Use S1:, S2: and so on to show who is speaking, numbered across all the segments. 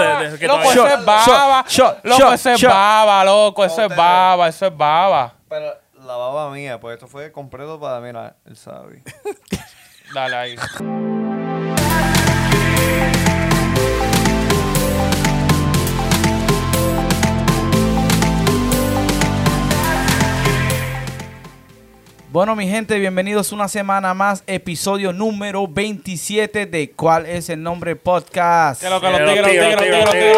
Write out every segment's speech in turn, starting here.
S1: Ah,
S2: es que
S3: Loco,
S2: todavía-
S3: eso
S1: Shot,
S3: es baba.
S1: shot, shot,
S3: Loco,
S1: shot,
S3: eso es
S1: shot.
S3: baba, loco. Eso es
S4: Ponte-
S3: baba, eso es baba.
S4: Pero la baba mía, pues esto fue completo para, mira, el sabi.
S3: Dale ahí.
S1: Bueno, mi gente, bienvenidos una semana más, episodio número 27 de ¿Cuál es el nombre podcast?
S3: Qué loca, los
S2: Sí,
S3: tigres, los
S2: los
S3: tigres, los tigres,
S2: tigres,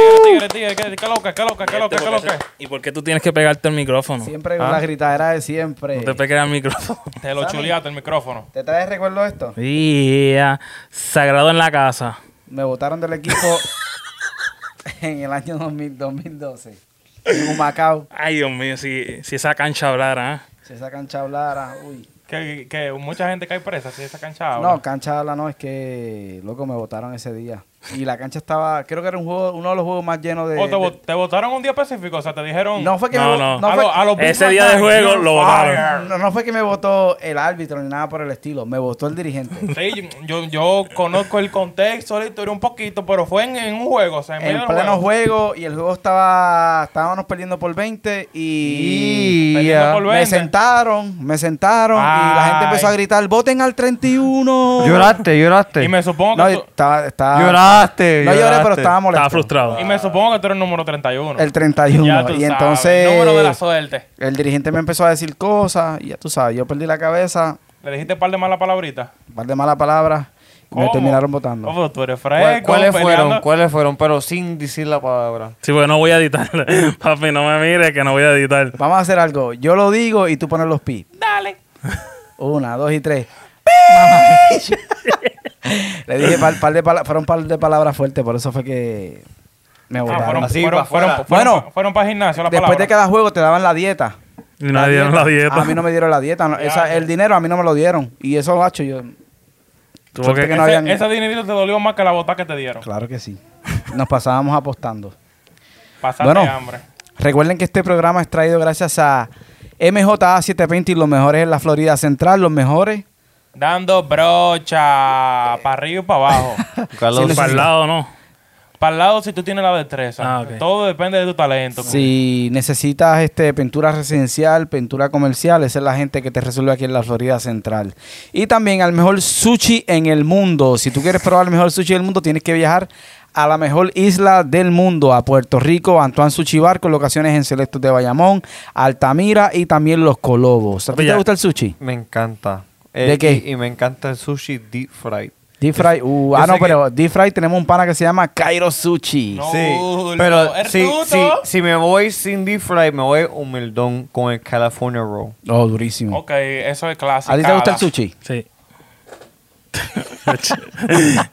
S3: los
S2: los tigres,
S3: tigres, los tigres, tigres, tigres, tigres, tigres, tigres, qué loca, qué loca, qué loca,
S2: Este,
S3: qué
S2: ¿por qué
S3: loca.
S2: se- ¿Y por qué tú tienes que pegarte el micrófono?
S1: Siempre
S2: ¿Ah?
S1: la gritadera de siempre.
S2: No te pegues al micrófono.
S3: Te lo chuleaste el micrófono.
S1: ¿Te traes recuerdo esto?
S2: Yeah. Sagrado en la casa.
S1: Me votaron del equipo en el año 2000, 2012. En Humacao.
S2: Ay, Dios mío, si, si esa cancha hablara. ¿ah?
S1: Si esa cancha hablara, uy.
S3: Que, que mucha gente cae presa si esa
S2: Ah,
S3: cancha habla.
S1: No, cancha habla no, es que, loco, me votaron ese día. Y la cancha estaba, creo que era un juego, uno de los juegos más llenos de...
S3: O te,
S1: de-
S3: vo- te votaron un día específico, o sea, te dijeron.
S1: No fue que
S2: No,
S1: me,
S2: no.
S1: no
S3: a
S1: fue-
S3: lo- a los Big
S2: Ese
S3: Mac
S2: día de
S3: Guys,
S2: juego
S3: you're
S2: lo votaron.
S3: fired.
S1: Ah, No, no fue que me votó el árbitro ni nada por el estilo, me votó el dirigente.
S3: Sí, yo, yo conozco el contexto, la historia un poquito, pero fue en, en un juego, o sea, en medio del
S1: en pleno
S3: juego.
S1: juego y el juego estaba estábamos perdiendo por 20 y
S3: Y- Perdiendo por
S1: me
S3: 20.
S1: sentaron, me sentaron y la gente empezó a
S3: Ay.
S1: gritar, "Voten al 31."
S4: Lloraste, lloraste.
S3: Y me supongo
S1: No,
S3: que tú,
S1: estaba, estaba ah.
S4: Lloraste,
S1: No lloré,
S4: lloraste.
S1: pero estaba molesto.
S2: Estaba frustrado.
S3: y me supongo que tú eres el número 31.
S1: El 31
S3: Ya tú
S1: y
S3: sabes,
S1: entonces
S3: número de la suerte.
S1: el dirigente me empezó a decir cosas y ya tú sabes, yo perdí la cabeza,
S3: Le dijiste un par de malas palabritas.
S1: un par de malas palabras y me
S3: ¿Cómo?
S1: terminaron votando.
S3: Oh, pero tú eres
S4: ¿Cuál-
S3: fresco.
S4: ¿Cuáles
S3: peleando.
S4: fueron? ¿Cuáles fueron? Pero sin decir la palabra.
S2: Sí, porque no voy a editar. Papi, no me mires que no voy a editar.
S1: Vamos a hacer algo. Yo lo digo y tú pones los pi.
S3: Dale.
S1: Una, dos y tres. Le dije par, par de pala- fueron un par de palabras fuertes, por eso fue que me
S3: Ah,
S1: votaron.
S3: fueron,
S4: Así,
S3: fueron,
S4: pa' fuera.
S3: fueron- fueron-
S1: Bueno,
S3: fueron para gimnasio las
S1: Después de
S3: palabras.
S1: cada juego te daban la dieta.
S2: Y no me dieron la dieta.
S1: A mí no me dieron la dieta. no, esa- el dinero a mí no me lo dieron. Y eso, macho, yo...
S2: Tuvo
S1: suerte
S2: que-
S1: que no
S3: ese,
S1: habían-
S3: ese dinerito te dolió más que la bota que te dieron.
S1: Claro que sí. Nos pasábamos apostando.
S3: Pasaste
S1: Bueno.
S3: hambre.
S1: Recuerden que este programa es traído gracias a MJA 720 y los mejores en la Florida Central, los mejores.
S3: Dando brocha. Para arriba y para abajo.
S4: Carlos,
S2: Para el lado, no.
S3: para el lado si tú tienes la destreza.
S2: Ah, ok.
S3: Todo depende de tu talento.
S1: Si necesitas este, pintura residencial, pintura comercial, esa es la gente que te resuelve aquí en la Florida Central. Y también al mejor sushi en el mundo. Si tú quieres probar el mejor sushi del mundo, tienes que viajar a la mejor isla del mundo, a Puerto Rico, Antoine Sushi Bar, con locaciones en Selectos de Bayamón, Altamira y también Los Colobos. ¿A ti
S2: Papi,
S1: te
S2: ya.
S1: gusta el sushi?
S4: Me encanta. Eh,
S1: ¿De qué?
S4: Y, y me encanta el sushi deep fried.
S1: Deep fry, uh,
S4: yo
S1: ah no,
S4: sé que-
S1: pero deep fry tenemos un pana que se llama Cairo Sushi.
S3: No,
S4: sí,
S3: no,
S4: pero
S3: es
S4: si,
S3: tuto.
S4: si, si me voy sin deep fried, me voy humildón con el California Roll.
S1: Oh, durísimo.
S3: Ok, eso es clásico.
S1: ¿A ti te gusta el sushi?
S2: Sí.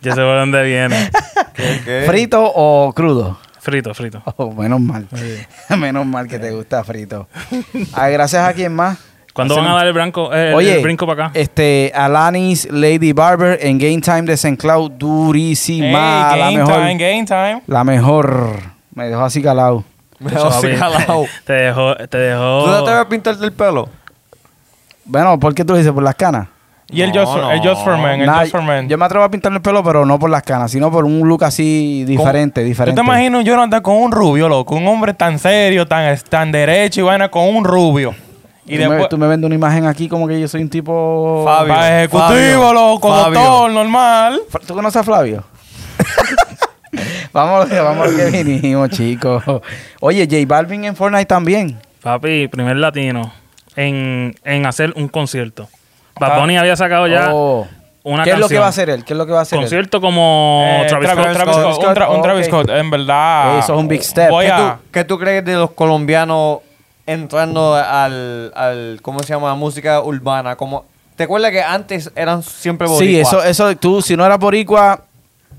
S2: Yo sé por dónde viene.
S4: ¿Qué- qué?
S1: ¿Frito o crudo?
S2: Frito, frito.
S1: Oh, menos mal. menos mal que te gusta frito. Ah, gracias a quien más.
S2: ¿Cuándo van a dar el, branco, eh, el
S1: Oye,
S2: brinco para acá?
S1: Este, Alanis Lady Barber en Game Time de St. Cloud,
S3: Ey,
S1: durísima. la
S3: game
S1: mejor.
S3: time, game time.
S1: La mejor. Me dejó así calado.
S4: Me
S2: Eso,
S4: lo
S2: papi,
S4: sé calado.
S2: Te dejó. Te
S4: ¿Tú no te vas
S2: dejó
S4: a pintarte el pelo?
S1: Bueno, ¿por qué tú lo dices? ¿Por las canas?
S3: Y el
S4: No,
S3: Just,
S4: no.
S3: el Just for Men, el
S1: Nah,
S3: Just for Men.
S1: Yo me atrevo a pintarle el pelo, pero no por las canas, sino por un look así diferente,
S3: ¿Tú
S1: diferente.
S3: te imaginas yo andar con un rubio, loco? Un hombre tan serio, tan, tan derecho y vaina con un rubio. Y
S1: tú, me,
S3: después...
S1: tú me vendes una imagen aquí como que yo soy un tipo...
S4: Fabio.
S3: Para ejecutivo,
S4: Fabio,
S3: loco,
S4: Fabio.
S3: doctor, normal.
S1: Fra- ¿Tú conoces a Flavio? vamos, a lo que- vamos a lo que vinimos, chicos. Oye, J Balvin en Fortnite también.
S2: Papi, primer latino en, en hacer un concierto.
S3: Ah.
S2: Bad Bunny había sacado ya
S1: Oh.
S2: una
S1: ¿Qué es
S2: canción.
S1: lo que va a hacer él? ¿Qué es lo que va a hacer él?
S2: Concierto como
S3: Eh,
S2: Travis,
S3: Travis-
S2: Scott.
S3: Travis Scott, un, tra- un
S1: Ok.
S3: Travis Scott, en verdad.
S1: Eso es un big step.
S3: Voy
S1: ¿Qué
S4: ¿Qué
S3: a-
S4: tú, qué tú crees de los colombianos entrando al, al ¿cómo se llama? Música urbana. Como, ¿Te acuerdas que antes eran siempre Pues boricuas?
S1: Sí, eso, eso, tú, si no eras boricua,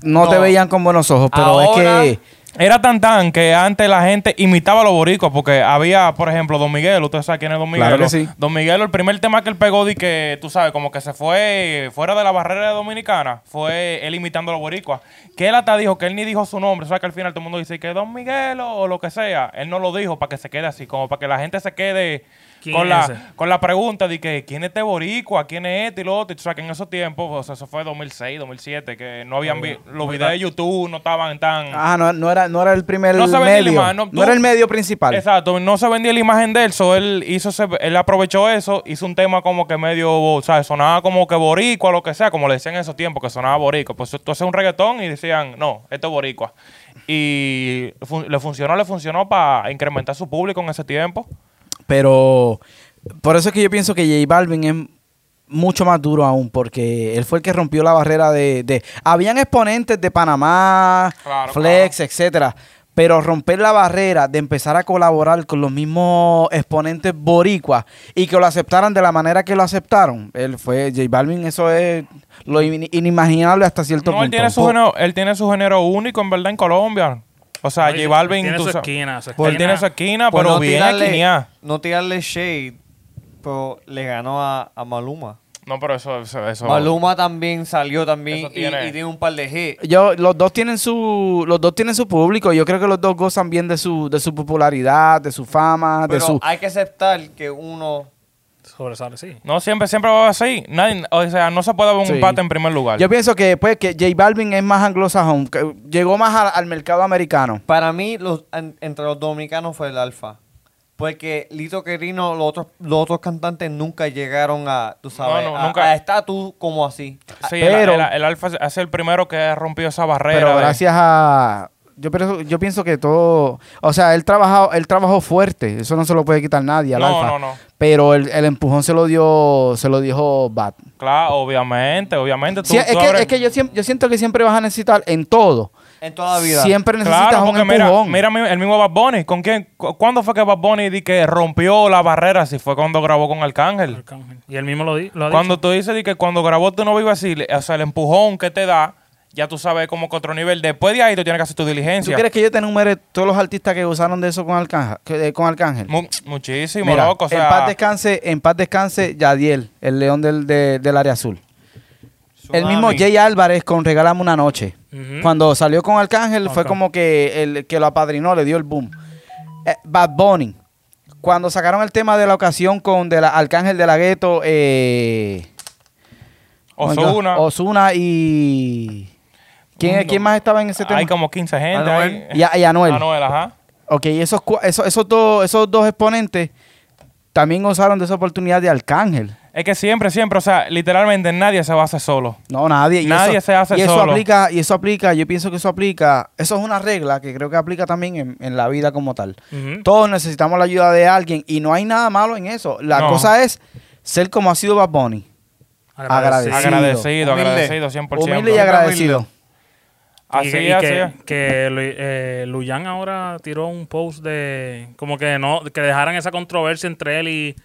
S1: no,
S4: No.
S1: te veían con buenos ojos, pero
S4: Ahora-
S1: es que...
S3: Era tan tan que antes la gente imitaba a los boricuas porque había, por ejemplo, Don Miguel. Usted sabe quién es Don Miguel.
S1: Claro que sí.
S3: Don Miguel, el primer tema que él pegó de que, tú sabes, como que se fue fuera de la barrera dominicana, fue él imitando a los boricuas. Que él hasta dijo que él ni dijo su nombre. O sea, que al final todo el mundo dice que Don Miguel o, o lo que sea. Él no lo dijo para que se quede así, como para que la gente se quede
S2: ¿Quién
S3: con,
S2: es ese?
S3: la, con la pregunta de que quién es este boricua, quién es este y lo otro. Y tú sabes que en esos tiempos, o sea, eso fue 2006, 2007, que no habían vi- los videos de YouTube no estaban tan...
S1: Ah, no, no era, no era el primer
S3: No se vendía la
S1: medio.
S3: imagen, no,
S1: no,
S3: tú-
S1: era el medio principal.
S3: Exacto, no se vendía la imagen de él, so él hizo ese- él aprovechó eso, hizo un tema como que medio, o sea, sonaba como que boricua, lo que sea, como le decían en esos tiempos, que sonaba boricua. Pues tú haces un reggaetón y decían, no, esto es boricua. Y fun- le funcionó, le funcionó para incrementar su público en ese tiempo.
S1: Pero por eso es que yo pienso que J Balvin es mucho más duro aún, porque él fue el que rompió la barrera de... de- habían exponentes de Panamá,
S3: Claro,
S1: Flex, etcétera. Pero romper la barrera de empezar a colaborar con los mismos exponentes boricuas y que lo aceptaran de la manera que lo aceptaron, él fue J Balvin, eso es lo in- inimaginable hasta cierto
S3: No,
S1: punto.
S3: él tiene, su
S1: Po-
S3: género, él tiene su género único, en verdad, en Colombia. O sea,
S2: Oye,
S3: J Balvin,
S2: tiene
S3: tú
S2: su
S3: sabes-
S2: esquina, su
S3: Él tiene
S2: esquina.
S3: su esquina,
S4: Por
S3: pero
S4: no
S3: bien
S4: tirarle-
S3: esquineado.
S4: No tirarle shade, pero le ganó a, a Maluma.
S3: No, pero eso... eso, eso-
S4: Maluma también salió
S3: Eso
S4: también y y
S3: tiene-
S4: tiene, un par de hits.
S1: Yo, los dos tienen su, los dos tienen su público. Yo creo que los dos gozan bien de su, de su popularidad, de su fama, de
S4: Pero
S1: su.
S4: hay que aceptar que uno...
S2: Sobresale, sí.
S3: No, siempre, siempre va así. Nadie, o sea, no se puede ver un
S1: Sí.
S3: empate en primer lugar.
S1: Yo pienso que pues, que J Balvin es más anglosajón, que llegó más al, al mercado americano.
S4: Para mí, los, en- entre los dominicanos fue el alfa. Porque Lito Querino, los otros, los otros cantantes nunca llegaron a, tú sabes,
S3: no,
S4: a-
S3: nunca.
S4: a estatus como así.
S3: sí,
S1: pero-
S3: el, el- el Alfa es el primero que rompió esa barrera.
S1: Pero
S3: de-
S1: gracias a yo pienso, yo pienso que todo, o sea, él trabajó, él trabajó fuerte, eso no se lo puede quitar nadie al
S3: No,
S1: Alfa.
S3: no, no.
S1: Pero el, el empujón se lo dio, se lo dijo Bat.
S3: Claro, obviamente, obviamente. Tú,
S1: Sí, es,
S3: tú
S1: que,
S3: abres-
S1: es que yo, siem- yo siento que siempre vas a necesitar en todo.
S4: En toda la vida.
S1: Siempre necesitas
S3: Claro,
S1: un
S3: porque mira,
S1: empujón.
S3: mira mi- el mismo Bad Bunny. ¿Con quién? cu- ¿Cuándo fue que Bad Bunny di que rompió la barrera? Si fue cuando grabó con Arcángel.
S2: Arcángel. Y él mismo lo, di- lo ha
S3: Cuando tú dices de que cuando grabó tú no vives así, le- o sea, el empujón que te da, ya tú sabes como que otro nivel. Después de ahí tú tienes que hacer tu
S1: ¿Tú
S3: diligencia.
S1: quieres que yo te enumere todos los artistas que usaron de eso con Arcángel? que- eh, con Arcángel?
S3: Mu- muchísimo,
S1: Mira,
S3: loco. O sea,
S1: en paz descanse, en paz descanse Yadiel, el león del, de- del área azul. El mismo
S4: Tsunami.
S1: Jay Álvarez con Regalame una noche.
S2: Ujú.
S1: Cuando salió con Arcángel fue
S2: Ok.
S1: como que el que lo apadrinó, le dio el boom. Eh, Bad Bunny. Cuando sacaron el tema de la ocasión con de la, Arcángel de la Gueto, eh,
S3: Ozuna.
S1: Ozuna y... ¿Quién,
S3: No.
S1: ¿Quién más estaba en ese tema?
S3: Hay como 15 gente.
S4: Anuel.
S3: ahí.
S1: Y, a- y Anuel.
S3: Anuel, ajá.
S1: Ok, esos, cua- esos, esos, dos, esos dos exponentes también gozaron de esa oportunidad de Arcángel.
S3: Es que siempre, siempre, o sea, literalmente nadie se va a hacer solo.
S1: No, nadie. Y
S3: Nadie
S1: eso,
S3: se hace
S1: y eso
S3: solo.
S1: aplica, y eso aplica, yo pienso que eso aplica, eso es una regla que creo que aplica también en, en la vida como tal.
S2: Ujú.
S1: Todos necesitamos la ayuda de alguien y no hay nada malo en eso. La
S3: No.
S1: cosa es ser como ha sido Bad Bunny.
S2: Agradecido.
S1: Agradecido.
S3: Agradecido,
S4: Humilde.
S3: agradecido, 100%.
S1: Humilde y agradecido.
S2: Y,
S3: Así,
S2: que- y
S3: así.
S2: que,
S3: es.
S2: que Lu- eh, Luyan ahora tiró un post de como que no que dejaran esa controversia entre él y,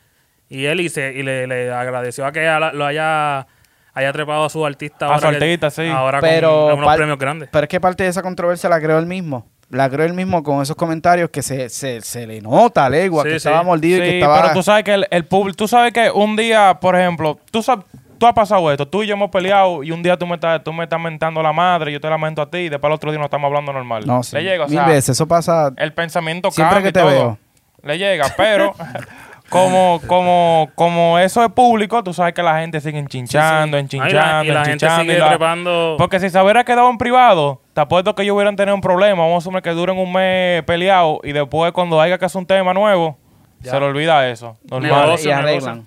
S2: y él y, se, y le, le agradeció a que a la- lo haya haya trepado a su artista
S3: A su
S2: ahora que-
S3: artista, sí.
S2: ahora
S1: Pero,
S2: con unos
S1: par-
S2: premios grandes
S1: pero es que parte de esa controversia la creó él mismo. La creó él mismo con esos comentarios que se, se, se le nota a legua,
S2: Sí,
S1: que
S2: sí.
S1: estaba mordido y
S3: Sí,
S1: que estaba...
S3: pero tú sabes que el, público, tú sabes que un día, por ejemplo, tú sabes, tú has pasado esto, tú y yo hemos peleado y un día tú me estás, tú me estás mentando la madre, yo te lamento a ti y después el otro día no estamos hablando normal.
S1: No, sí.
S3: Le llega, o
S1: Mil
S3: sea,
S1: veces, eso pasa...
S3: el pensamiento
S1: Siempre
S3: cambia
S1: que te
S3: y todo.
S1: veo.
S3: Le llega, pero como, como, como eso es público, tú sabes que la gente sigue enchinchando,
S2: Ay, la-
S3: enchinchando,
S2: y la gente
S3: enchinchando.
S2: sigue
S3: y la-
S2: trepando
S3: Porque si se hubiera quedado en privado, te apuesto que ellos hubieran tenido un problema. Vamos a asumir que duren un mes peleados y después cuando haya que hacer un tema nuevo, se le olvida eso. Normal.
S2: Negocio,
S1: y arreglan.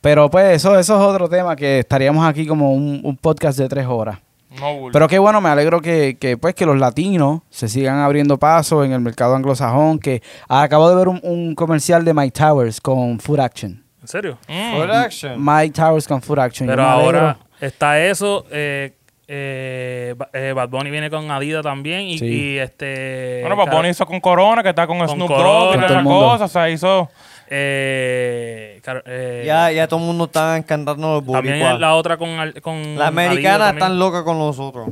S1: Pero pues eso, eso es otro tema que estaríamos aquí como un, un podcast de tres horas.
S3: No bulto.
S1: Pero qué bueno, me alegro que, que, pues que los latinos se sigan abriendo paso en el mercado anglosajón, que ah, acabo de ver un, un comercial de Mike Towers con Food Action.
S2: en serio
S3: Mm.
S4: Full action.
S1: Mike Towers con Food Action. Yo
S2: pero
S1: me alegro.
S2: ahora está eso eh, eh, Ba- eh, Bad Bunny viene con Adidas también y,
S1: Sí.
S2: y este
S3: Bueno, Bad Bunny hizo con Corona, que está con,
S2: Con
S3: Snoop
S2: Corona.
S3: Dogg
S2: Con
S3: y todas
S1: todo el
S3: esas
S1: mundo.
S3: cosas. O sea, hizo...
S2: eh, Car- eh,
S4: Ya, ya todo el mundo está encantando los
S2: También
S4: boricuas. La,
S2: la otra con, al- con
S4: americana
S2: Adidas
S4: están
S2: también.
S4: loca con nosotros.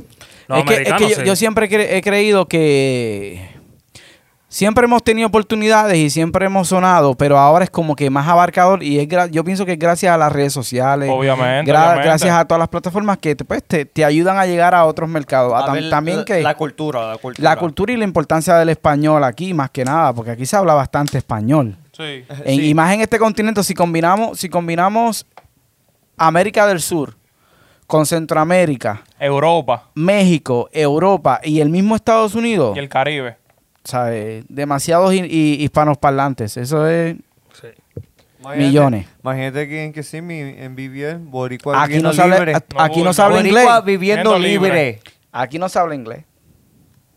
S2: Los
S1: es que, es que
S2: americanos,
S1: yo,
S2: sí.
S1: yo siempre cre- he creído que siempre hemos tenido oportunidades y siempre hemos sonado, pero ahora es como que más abarcador y es gra- yo pienso que es gracias a las redes sociales,
S3: Obviamente,
S1: gra-
S3: obviamente.
S1: gracias a todas las plataformas que te, pues, te, te ayudan a llegar a otros mercados. A
S4: A
S1: Ah, tam-
S4: ver,
S1: también
S4: la,
S1: que
S4: La cultura, la cultura.
S1: la cultura y la importancia del español aquí, más que nada, porque aquí se habla bastante español.
S3: Sí.
S1: En, Y más en este continente, si combinamos, si combinamos América del Sur con Centroamérica,
S3: Europa
S1: México, Europa y el mismo Estados Unidos,
S3: y el Caribe.
S1: ¿sabes? Demasiados hi- hi- hispanos parlantes. Eso es.
S2: Sí.
S4: Imagínate-
S1: Millones.
S4: Imagínate que en que sí, mi- en Vivier, Boricua
S1: Aquí
S4: viviendo
S1: no se habla-
S4: Pues libre.
S1: a-
S3: No
S1: aquí
S3: voy,
S1: no se habla
S4: Boricua
S1: inglés.
S4: viviendo
S3: Viviendo libre.
S4: libre.
S1: Aquí no se habla inglés.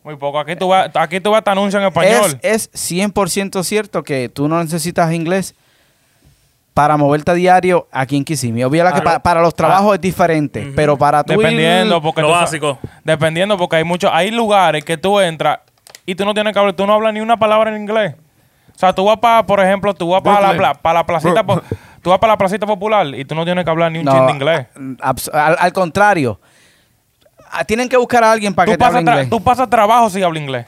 S3: Muy poco. Aquí tú vas, aquí tú vas te anuncian en
S1: Es,
S3: español.
S1: es 100% cierto que tú no necesitas inglés para moverte a diario aquí en Kissimmee. Obvio la que
S2: Claro.
S1: pa- para los trabajos es diferente, pero para tú ir-
S3: Ah, dependiendo pues, porque
S2: Lo
S3: tú sa-
S2: básico.
S3: Dependiendo porque hay muchos hay lugares que tú entras y tú no tienes que hablar, tú no hablas ni una palabra en inglés. O sea, tú vas para, por ejemplo, tú vas para la,
S4: Brooklyn.
S3: pla- para la placita, po- tú vas para la placita popular y tú no tienes que hablar ni un
S1: No,
S3: chin de inglés.
S1: abs- al, al contrario. Ah, Tienen que buscar a alguien para
S3: Tú
S1: que te hable
S3: pasas, tra-
S1: inglés.
S3: tú pasas trabajo si habla inglés.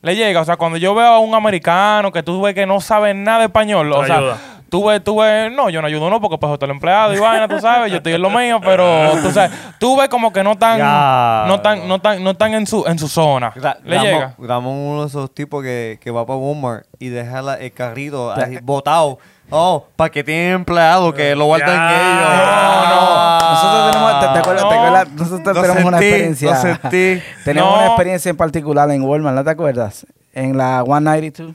S3: Le llega, o sea, cuando yo veo a un americano que tú ves que no sabe nada de español, o
S2: Te
S3: sea,
S2: ayuda.
S3: tú ves, tú ves, no, yo no ayudo no porque pues yo estoy el empleado y vaina, tú sabes, yo estoy en lo mío, pero tú sabes, tú ves como que no están,
S4: Ya.
S3: no tan, no tan, no están en su, en su zona.
S4: Da-
S3: Le
S4: damos-
S3: llega.
S4: damos uno de esos tipos que, que va para Walmart y deja la- el carrito ahí botado. Oh, para que tienen empleado que lo guardan
S2: Ya.
S4: ellos.
S3: No, no.
S1: Nosotros tenemos, ¿te, te
S3: Ah.
S1: acuerdas,
S3: No.
S1: te acuerdas? Nosotros
S4: Lo
S1: tenemos una
S4: sentí,
S1: experiencia.
S4: lo sentí.
S1: tenemos
S3: No.
S1: una experiencia en particular en Walmart, ¿no te acuerdas? En la 192.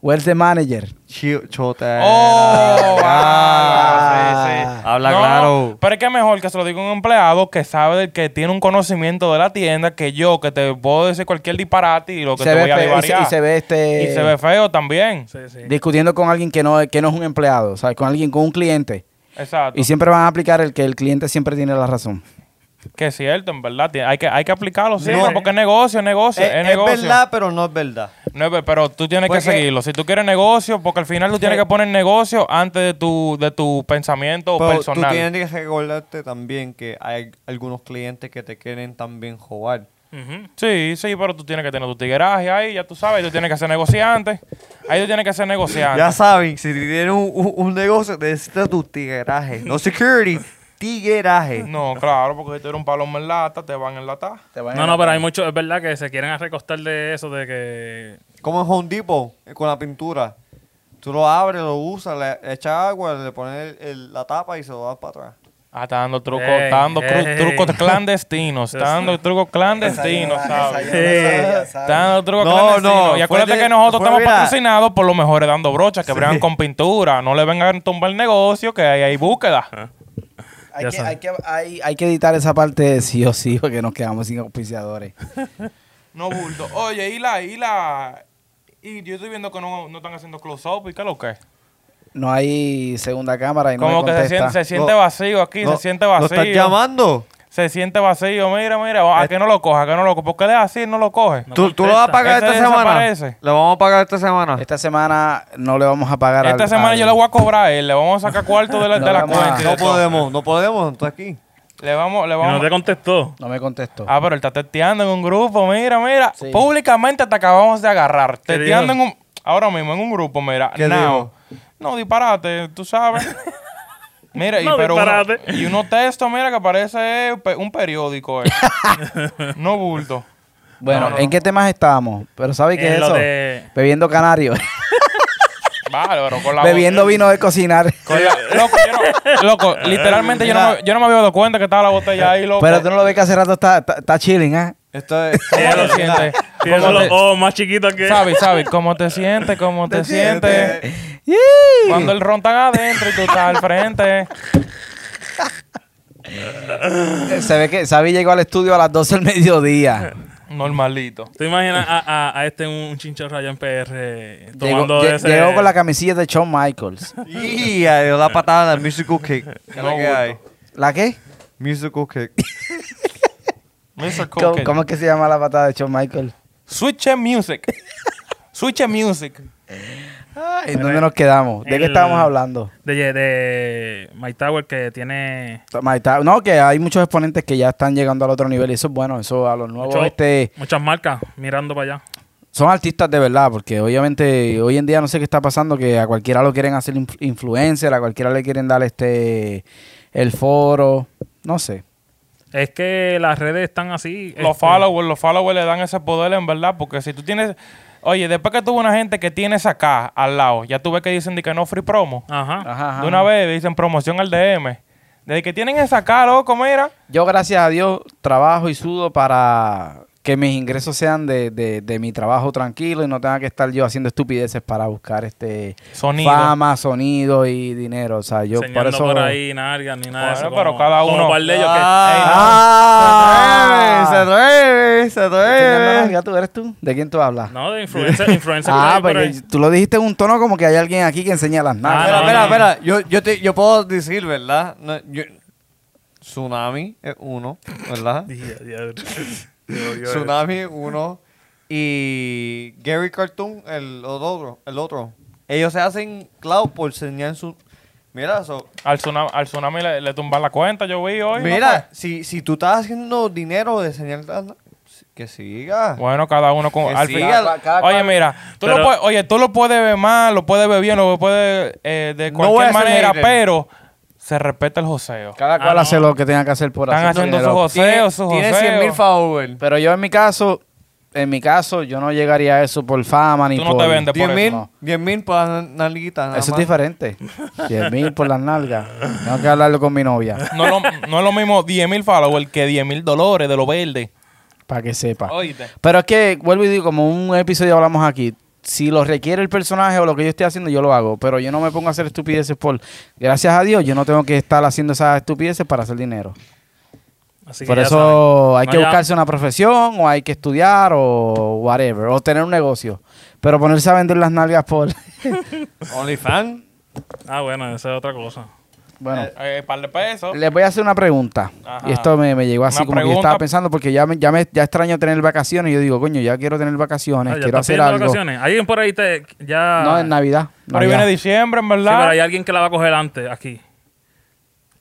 S1: Where's the manager?
S4: Chi- chotera.
S3: Oh,
S4: Ya.
S3: ah, sí, sí.
S4: Habla
S3: No,
S4: claro.
S3: Pero es que es mejor que se lo diga un empleado que sabe del- que tiene un conocimiento de la tienda que yo, que te puedo decir cualquier disparate y lo que
S1: Se
S3: te
S1: ve
S3: voy a
S1: feo, y se-
S3: divariar.
S1: y se ve este-
S3: Y se ve feo también.
S2: Sí, sí.
S1: Discutiendo con alguien que no, que no es un empleado, ¿sabes? Con alguien, con un cliente.
S3: Exacto.
S1: Y siempre van a aplicar el que el cliente siempre tiene la razón.
S3: Que es cierto, en verdad. tiene- Hay que, hay que aplicarlo siempre
S4: No.
S3: porque es negocio, es negocio,
S4: Es,
S3: es,
S4: es
S3: negocio.
S4: verdad, pero no es verdad.
S3: No es ver- pero tú tienes
S4: Porque-
S3: que seguirlo. Si tú quieres negocio, porque al final tú tienes que poner negocio antes de tu, de tu pensamiento
S4: Pero
S3: personal.
S4: tú tienes que recordarte también que hay algunos clientes que te quieren también jugar.
S2: Ujú.
S3: Sí, sí, pero tú tienes que tener tu tigueraje ahí, ya tú sabes, tú tienes que ser negociante. Ahí tú tienes que ser negociante.
S4: Ya saben, si tienes un, un- un negocio, necesitas tu tigueraje. No security, tigueraje.
S3: No, claro, porque si tú eres un palomo en lata, te van a enlatar.
S2: No, no, pero hay muchos, es verdad que se quieren recostar de eso, de que
S4: Como en Home Depot, eh, con la pintura. Tú lo abres, lo usas, le echas agua, le pones el- el- la tapa y se lo das para atrás.
S3: Ah, está dando trucos,
S2: Ey,
S3: está dando cru-
S2: ey.
S3: trucos clandestinos, está dando trucos clandestinos, ¿sabes? Está dando trucos
S4: No,
S3: clandestinos.
S4: no,
S3: y acuérdate
S4: fue de-
S3: que nosotros
S4: fue,
S3: estamos
S4: mira.
S3: patrocinados por los mejores dando brochas, que bregan con pintura. No le vengan a tumbar el negocio, que ahí hay búsqueda.
S4: Ah.
S1: Hay
S2: Ya
S1: que,
S2: saben.
S1: hay, que, hay, hay que editar esa parte sí o sí, porque nos quedamos sin auspiciadores.
S3: No bulto. Oye, y la, y la. Y yo estoy viendo que no, no están haciendo close-up, ¿y qué es lo que es?
S1: No hay segunda cámara y no
S3: Como
S1: me
S3: que se siente, se
S1: contesta.
S3: siente
S4: No,
S3: vacío aquí,
S4: No,
S3: se siente vacío.
S4: ¿Lo estás llamando? Eh.
S3: Se siente vacío, mira, mira, a que no lo coja, a que no lo coja. ¿Por qué le así no lo coge?
S2: No
S4: ¿Tú, tú lo vas
S2: contesta.
S4: a pagar
S3: Ese
S4: esta semana?
S3: desaparece.
S4: ¿Lo vamos a pagar esta semana?
S1: Esta semana no le vamos a pagar
S3: Esta
S1: al-
S3: semana
S1: al-
S3: yo le voy a cobrar a él, le vamos a sacar cuarto de la,
S1: No
S3: de la
S1: vamos a-
S3: cuenta. y de
S4: Ah, No
S3: todo.
S4: podemos, no podemos, tú aquí.
S3: Le vamos, le
S2: Y no
S3: vamos.
S2: te contestó.
S1: No me contestó.
S3: Ah, pero él está testeando en un grupo, mira, mira.
S1: Sí.
S3: Públicamente te acabamos de agarrar.
S2: ¿Qué
S3: Testeando en
S2: dijo?
S3: un. Ahora mismo en un grupo, mira.
S4: ¿Qué
S3: Now. No, disparate, tú sabes. Mira, y,
S2: No,
S3: pero uno,
S2: disparate.
S3: y unos textos, mira, que parece pe- un periódico. eh. no bulto.
S1: bueno,
S3: no, no.
S1: ¿en qué temas estábamos? Pero ¿sabes qué
S2: En
S1: es
S2: Eh, lo
S1: eso?
S2: de-
S1: Bebiendo canarios.
S3: Bárbaro, con la
S1: Bebiendo vino de cocinar.
S3: con la- loco, yo no- loco, literalmente yo no, me, yo no me había dado cuenta que estaba la botella ahí, loco.
S1: Pero tú no lo ves que hace rato está, está, está chilling, ¿ah?
S4: Esto es...
S3: ¿Cómo te sientes?
S2: Tiene
S3: ¿Cómo
S2: los
S3: te-
S2: ojos oh, más chiquitos que...
S3: Sabi, Sabi, ¿cómo te sientes? ¿Cómo te sientes?
S1: ¡Yee!
S3: Cuando el ron está adentro y tú estás al frente.
S1: Se ve que Xavi llegó al estudio a las 12 del mediodía.
S3: Normalito.
S2: ¿Tú imaginas a, a, a este un chinchorra allá en PR
S1: Llegó,
S2: tomando
S1: lle-
S2: ese...
S1: llegó con la camisilla de Shawn Michaels.
S4: Y ahí dio la patada del musical kick. ¿Qué es
S3: No,
S4: lo que hay?
S1: ¿La qué?
S4: Musical kick.
S3: Mr.
S1: ¿Cómo,
S3: Cookie.
S1: cómo es que se llama la patada de Shawn Michaels?
S3: Switch and Music. Switch and Music.
S1: ¿En dónde nos quedamos? ¿De qué
S2: el-
S1: estábamos hablando?
S2: De, de My Tower que tiene...
S1: Ahí está. No, que hay muchos exponentes que ya están llegando al otro nivel y eso es bueno, eso a los nuevos
S2: mucho-
S1: este,
S2: Muchas marcas mirando para allá.
S1: son artistas de verdad, porque obviamente hoy en día no sé qué está pasando, que a cualquiera lo quieren hacer inf- influencer, a cualquiera le quieren dar este el foro, no sé.
S2: Es que las redes están así.
S3: Los
S2: este,
S3: followers, los followers le dan ese poder en verdad, porque si tú tienes... Oye, después que tuvo una gente que tiene esa caja al lado, ya tuve que dicen de que no free promo.
S2: Ajá.
S1: Ajá, ajá.
S3: De una vez dicen promoción al DM. Desde que tienen esa caja, loco, mira.
S1: Yo, gracias a Dios, trabajo y sudo para que mis ingresos sean de, de- de mi trabajo tranquilo y no tenga que estar yo haciendo estupideces para buscar este
S3: Sonido.
S1: fama, sonido y dinero. O sea, yo por
S2: Señalando
S1: eso.
S2: por ahí, nalgas, ni nada de eso.
S3: Bueno, pero cada
S2: como
S3: uno-
S2: un par de ellos que-
S4: Ah,
S1: Ey, no.
S4: se atreve,
S1: Señor
S4: se atreve, se atreve.
S1: Narga, Eh, ¿Tú eres tú? ¿De quién tú hablas?
S2: No, de influencer, influencer
S1: ah,
S2: que hay por
S1: porque
S2: ahí.
S1: tú lo dijiste en un tono como que hay alguien aquí que enseña las
S2: Ah,
S1: nalgas.
S4: Espera,
S2: no,
S4: espera,
S2: no.
S4: espera. Yo, yo, te, yo puedo decir, ¿verdad? No, yo- tsunami es uno, ¿verdad?
S2: Día, día. Yo- yo-
S4: Tsunami uno y Gary Cartoon, el otro, el otro. Ellos se hacen cloud por señal su Mira, so-
S3: Al tsunami, al tsunami le, le tumban la cuenta, yo vi hoy. ¿no?
S4: mira, si, si tú estás haciendo dinero de señal tan- que siga.
S3: Bueno, cada uno con.
S4: Que
S3: al
S4: siga.
S3: fin-
S4: Cada cual-
S1: cada
S3: oye,
S1: cual-
S3: mira, tú lo
S2: Pero-
S3: puedes, oye, tú lo puedes ver mal, lo puedes ver bien, lo puedes eh, de
S4: No voy
S3: cualquier
S4: a ser
S3: manera,
S4: hater.
S3: pero se respeta el joseo.
S1: Cada
S2: Ah,
S1: cual
S2: no.
S1: hace lo que tenga que hacer por
S3: Están
S1: hacer
S3: haciendo
S1: dinero.
S3: su joseo,
S4: Tiene,
S3: su
S4: tiene
S3: joseo.
S4: 100 mil followers.
S1: Pero yo en mi caso, en mi caso, yo no llegaría a eso por fama ni
S3: Tú no
S1: por-
S3: te vendes por
S4: 10
S3: eso.
S4: mil,
S1: no.
S4: 10 mil para nalguita. nada
S1: Eso es
S4: más.
S1: diferente. 10 mil por las nalgas. Tengo que hablarlo con mi novia
S3: No es lo, no es lo mismo 10 mil followers que 10 mil dólares de lo verde.
S1: para que sepa.
S3: Oíste.
S1: Pero es que, vuelvo y digo, como un episodio hablamos aquí, si lo requiere el personaje o lo que yo esté haciendo, yo lo hago. Pero yo no me pongo a hacer estupideces por... Gracias a Dios, yo no tengo que estar haciendo esas estupideces para hacer dinero.
S2: Así que
S1: por
S2: ya
S1: eso
S2: saben.
S1: hay
S2: No,
S1: que
S2: ya-
S1: buscarse una profesión o hay que estudiar o whatever. O tener un negocio. Pero ponerse a vender las nalgas por...
S4: OnlyFans.
S2: Ah, bueno, esa es otra cosa.
S1: bueno.
S3: Eh, par de pesos.
S1: Les voy a hacer una pregunta.
S3: Ajá.
S1: Y esto me, me llegó así
S3: Una
S1: como que yo
S3: pregunta.
S1: estaba pensando porque ya, me, ya, me, ya extraño tener vacaciones. Yo digo, coño, ya quiero tener
S2: Ah,
S1: vacaciones,
S2: ya
S1: quiero
S2: estás
S1: hacer
S2: pidiendo
S1: algo.
S2: vacaciones. Ah. Alguien por ahí te, ya...
S1: No, en Navidad.
S3: Pero ahí
S1: Navidad.
S3: viene diciembre, en
S2: Sí, pero
S3: verdad.
S2: hay alguien que la va a coger antes, aquí.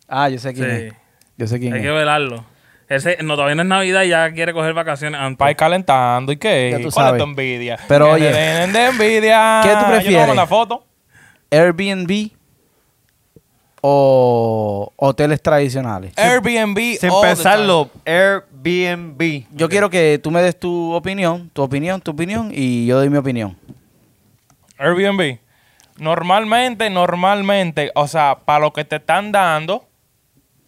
S1: Ah, yo sé
S2: Sí.
S1: quién es. Yo sé quién
S2: Hay que
S1: es.
S2: velarlo. Ese, no, todavía no es Navidad y ya quiere coger vacaciones antes.
S3: Para ir calentando y qué.
S1: Ya
S3: ¿Cuál
S1: tú
S3: es
S1: sabes.
S3: tu envidia?
S1: Pero
S3: Que
S1: oye,
S3: te den de envidia.
S1: ¿qué tú
S3: Yo te voy a
S1: prefieres?
S3: mandar foto.
S1: Airbnb o hoteles tradicionales.
S3: Airbnb.
S4: Sin
S3: all the
S4: pensarlo, oh, Airbnb.
S1: Yo quiero que tú me des tu opinión, tu opinión, tu opinión y yo doy mi opinión.
S3: time. Airbnb. Normalmente, normalmente, o sea, para lo que te están dando,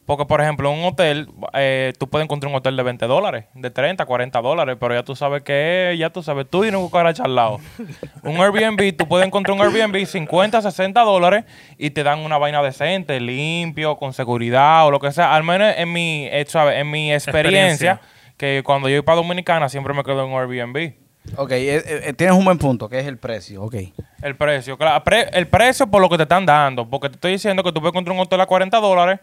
S3: porque por ejemplo, un hotel, eh, tú puedes encontrar un hotel de 20 dólares, de 30, 40 dólares, pero ya tú sabes que, ya tú sabes, tú y no buscar al lado. un Airbnb, tú puedes encontrar un Airbnb 50, 60 dólares y te dan una vaina decente, limpio, con seguridad o lo que sea. Al menos en mi, eh, ¿sabes? En mi experiencia,
S2: Experiencia.
S3: que cuando yo iba para Dominicana siempre me quedo en un Airbnb.
S1: Ok, eh, eh, tienes un buen punto, que es el precio. Ok.
S3: El precio, claro. pre- el precio por lo que te están dando. Porque te estoy diciendo que tú puedes encontrar un hotel a 40 dólares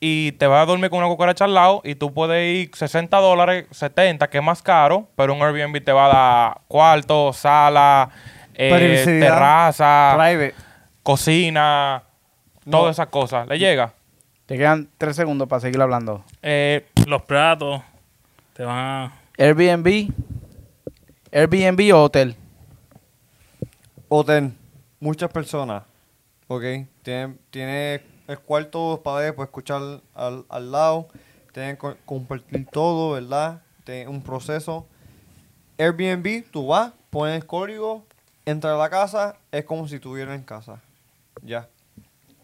S3: y te vas a dormir con una cucaracha al lado y tú puedes ir 60 dólares, 70, que es más caro, pero un Airbnb te va a dar cuarto, sala, eh,
S4: Privacidad.
S3: terraza,
S4: Private.
S3: cocina,
S4: No.
S3: todas esas cosas. ¿Le llega?
S1: Te quedan tres segundos para seguir hablando.
S3: Eh,
S2: Los platos te van a...
S1: Airbnb, Airbnb o hotel.
S4: Hotel. Muchas personas. Ok. Tiene, tiene el cuarto para ver, para escuchar al, al lado. Tienen que compartir todo, ¿verdad? Tiene un proceso. Airbnb, tú vas, pones el código, entras a la casa, es como si estuviera en casa. Ya.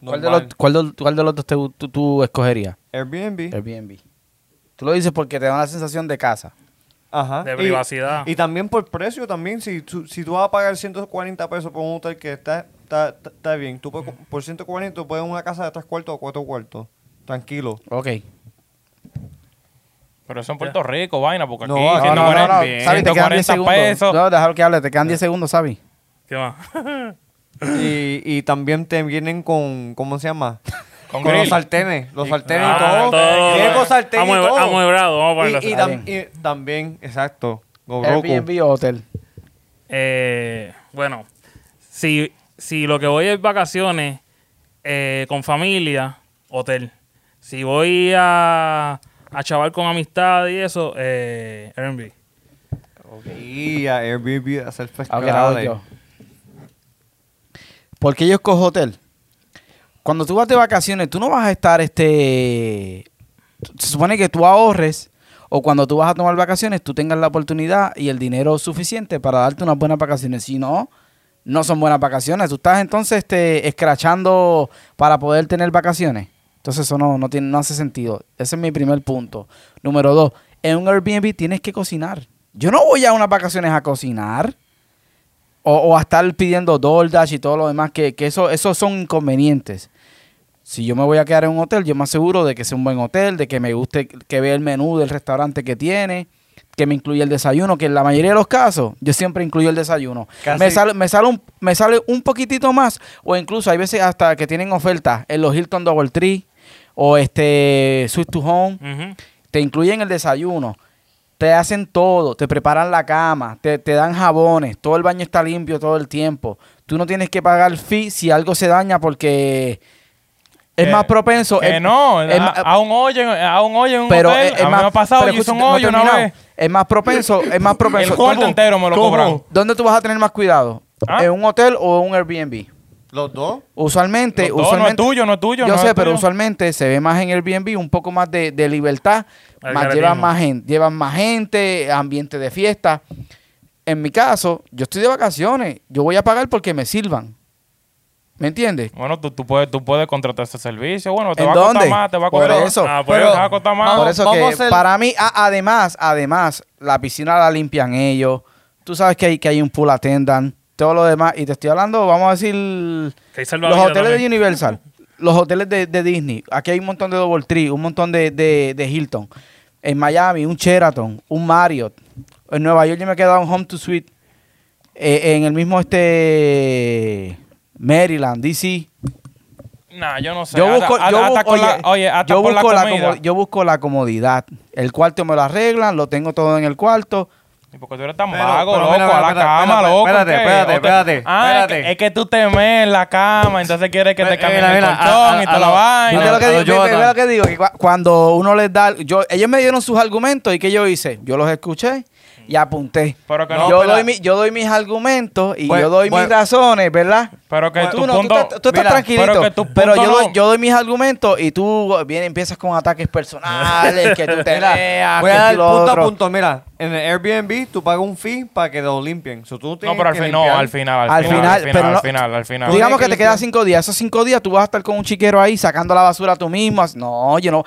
S1: ¿Cuál de,
S4: Normal.
S1: los, cuál de- cuál de los dos te- tú, tú escogerías?
S4: Airbnb.
S1: Airbnb. Tú lo dices porque te da una sensación de casa.
S4: Ajá.
S2: De
S4: Y-
S2: privacidad.
S4: Y, también por precio, también. Si tú, si tú vas a pagar 140 pesos por un hotel que está, está, está- está bien, tú puedes, por 140 tú puedes una casa de tres cuartos o cuatro cuartos. Tranquilo.
S1: Ok.
S3: pero eso en Puerto Rico, vaina, porque
S4: No,
S3: aquí
S4: no,
S1: No,
S4: no,
S1: no,
S3: 140,
S1: no, no. Sabi, te quedan 10 segundos.
S3: pesos.
S1: No, déjalo que hable. Te quedan 10 segundos, Sabi.
S2: ¿Qué más?
S4: y, y también te vienen con, ¿cómo se llama?
S3: Con
S4: los
S3: grill.
S4: sartenes. Los sartenes
S2: Ah,
S4: y todo.
S2: todo.
S4: Vienen con sartén y
S2: Amue-
S4: todo.
S2: amuebrado, vamos a ponerlo
S4: y, y,
S1: así.
S4: tam- y también, exacto. Gobroco.
S1: Airbnb o hotel.
S2: Eh, bueno, si, si lo que voy es vacaciones eh, con familia, hotel. Si voy a, a chaval con amistad y eso, eh, Airbnb.
S4: Y a Airbnb hacer
S1: Ok, la hago
S4: festivales.
S1: yo. pues, ¿Por qué yo escojo hotel? Cuando tú vas de vacaciones, tú no vas a estar este. Se supone que tú ahorres o cuando tú vas a tomar vacaciones, tú tengas la oportunidad y el dinero suficiente para darte unas buenas vacaciones. Si no, no son buenas vacaciones. Tú estás entonces este, escrachando para poder tener vacaciones. Entonces eso no, no, tiene, no hace sentido. Ese es mi primer punto. Número dos, en un Airbnb tienes que cocinar. Yo no voy a unas vacaciones a cocinar. O, o a estar pidiendo DoorDash y todo lo demás, que, que eso, esos son inconvenientes. Si yo me voy a quedar en un hotel, yo me aseguro de que sea un buen hotel, de que me guste, que vea el menú del restaurante que tiene, que me incluya el desayuno, que en la mayoría de los casos yo siempre incluyo el desayuno.
S4: Casi-
S1: Me, sale, me, sale un, me sale un poquitito más, o incluso hay veces hasta que tienen ofertas en los Hilton Double Tree o este Sweet to Home
S2: Ujú.
S1: te incluyen el desayuno, te hacen todo, te preparan la cama, te, te dan jabones, todo el baño está limpio todo el tiempo. Tú no tienes que pagar fee si algo se daña porque es
S3: Que-
S1: más propenso.
S3: Que
S1: es-
S3: Eh, no,
S1: es
S3: a,
S1: más-
S3: a un hoyo, en- a un hoyo en un
S1: pero
S3: hotel.
S1: es, es
S3: a mí
S1: más
S3: me ha pasado,
S1: pero
S3: yo hice un
S1: escucha, no he
S3: hoyo una
S1: terminado.
S3: vez.
S1: Es más propenso, es más propenso.
S3: El cuarto
S1: ¿Cómo?
S3: entero me lo
S2: ¿Cómo?
S3: cobran.
S1: ¿Dónde tú vas a tener más cuidado?
S3: ¿Ah?
S1: ¿En un hotel o en un Airbnb?
S4: Los dos.
S1: Usualmente,
S3: Los dos, no
S1: usualmente
S3: es tuyo, no es tuyo,
S1: Yo
S3: no
S1: sé,
S3: es
S1: pero
S3: tuyo.
S1: usualmente se ve más en Airbnb, un poco más de, de libertad,
S2: Al
S1: más
S2: garatismo.
S1: llevan más gente, llevan más gente, ambiente de fiesta. En mi caso, yo estoy de vacaciones, yo voy a pagar porque me sirvan. ¿Me entiendes?
S3: Bueno, tú, tú, puedes, tú puedes contratar ese servicio. Bueno, te
S1: ¿En
S3: va a
S1: dónde?
S3: costar más, te va a
S1: Por
S3: costar
S1: eso.
S3: Ah, pues,
S4: Pero-
S3: te va a costar más.
S1: Por eso que
S4: vamos a hacer-
S1: para mí, a- además, además, la piscina la limpian ellos. Tú sabes que hay, que hay un pool atendan, todo lo demás. Y te estoy hablando, vamos a decir,
S2: Que hay
S1: los
S2: salvavidas
S1: hoteles de
S2: también.
S1: Universal, los hoteles de, de Disney, aquí hay un montón de Double Tree, un montón de, de- de Hilton. En Miami, un Sheraton, un Marriott. En Nueva York yo me he quedado en Home to Suite. Eh, en el mismo este Maryland, DC.
S3: Nah, yo no sé.
S1: Yo
S3: Hasta-
S1: busco,
S3: hasta-
S1: yo bu-
S3: hasta con
S1: oye,
S3: la- oye, hasta
S1: yo
S3: por la
S1: busco la
S3: comida.
S1: como- yo busco la comodidad. El cuarto me lo arreglan, lo tengo todo en el cuarto.
S3: Y Porque tú eres tan
S4: Pero-
S3: vago,
S4: pero
S3: loco,
S4: mira, mira,
S3: a la
S4: espérate,
S3: cama,
S4: espérate,
S3: loco.
S4: espérate,
S3: ¿qué?
S4: espérate,
S3: O te-
S4: espérate,
S3: Ah, es que-
S4: espérate.
S3: Es que tú te mees en la cama, entonces quieres que te
S4: Mira,
S3: cambien el
S4: mira, a-
S3: colchón
S4: a-
S3: y
S4: a
S3: toda la
S4: lo-
S3: vaina.
S1: Mira
S4: no,
S1: lo que
S4: no,
S1: digo,
S4: yo
S1: mira-
S4: no.
S1: mira lo que digo, que cua- cuando uno les da, yo, ellos me dieron sus argumentos y que yo hice, yo los escuché y apunté.
S3: Pero que
S1: yo,
S3: no,
S4: pero-
S1: doy mi- yo doy mis argumentos y
S4: Bueno,
S1: yo doy
S4: bueno.
S1: mis razones, ¿verdad? Pues,
S3: Pero que
S1: Tú,
S3: tu
S1: no,
S3: punto...
S1: tú estás, tú estás
S4: mira,
S1: tranquilito,
S3: pero
S1: pero,
S3: que tu punto
S1: yo,
S3: no-
S1: doy, yo doy mis argumentos y tú oh, vienes, empiezas con ataques personales, que tú te leas,
S4: Voy
S1: Ah, que
S4: a dar
S1: esto y lo
S4: punto a
S1: otro.
S4: punto. Mira, en el Airbnb tú pagas un fee para que lo limpien. So, tú
S3: No,
S4: tienes
S3: pero al
S4: que
S3: final, no,
S4: limpiar.
S3: al final,
S1: Al
S3: al final,
S1: final,
S3: al
S1: pero
S3: final,
S1: no-
S3: al final, al final.
S4: Tú
S1: Digamos que
S4: tienes
S1: te
S4: que
S1: quedas
S4: limpiar.
S1: cinco días. Esos cinco días tú vas a estar con un chiquero ahí sacando la basura tú mismo. No, yo no.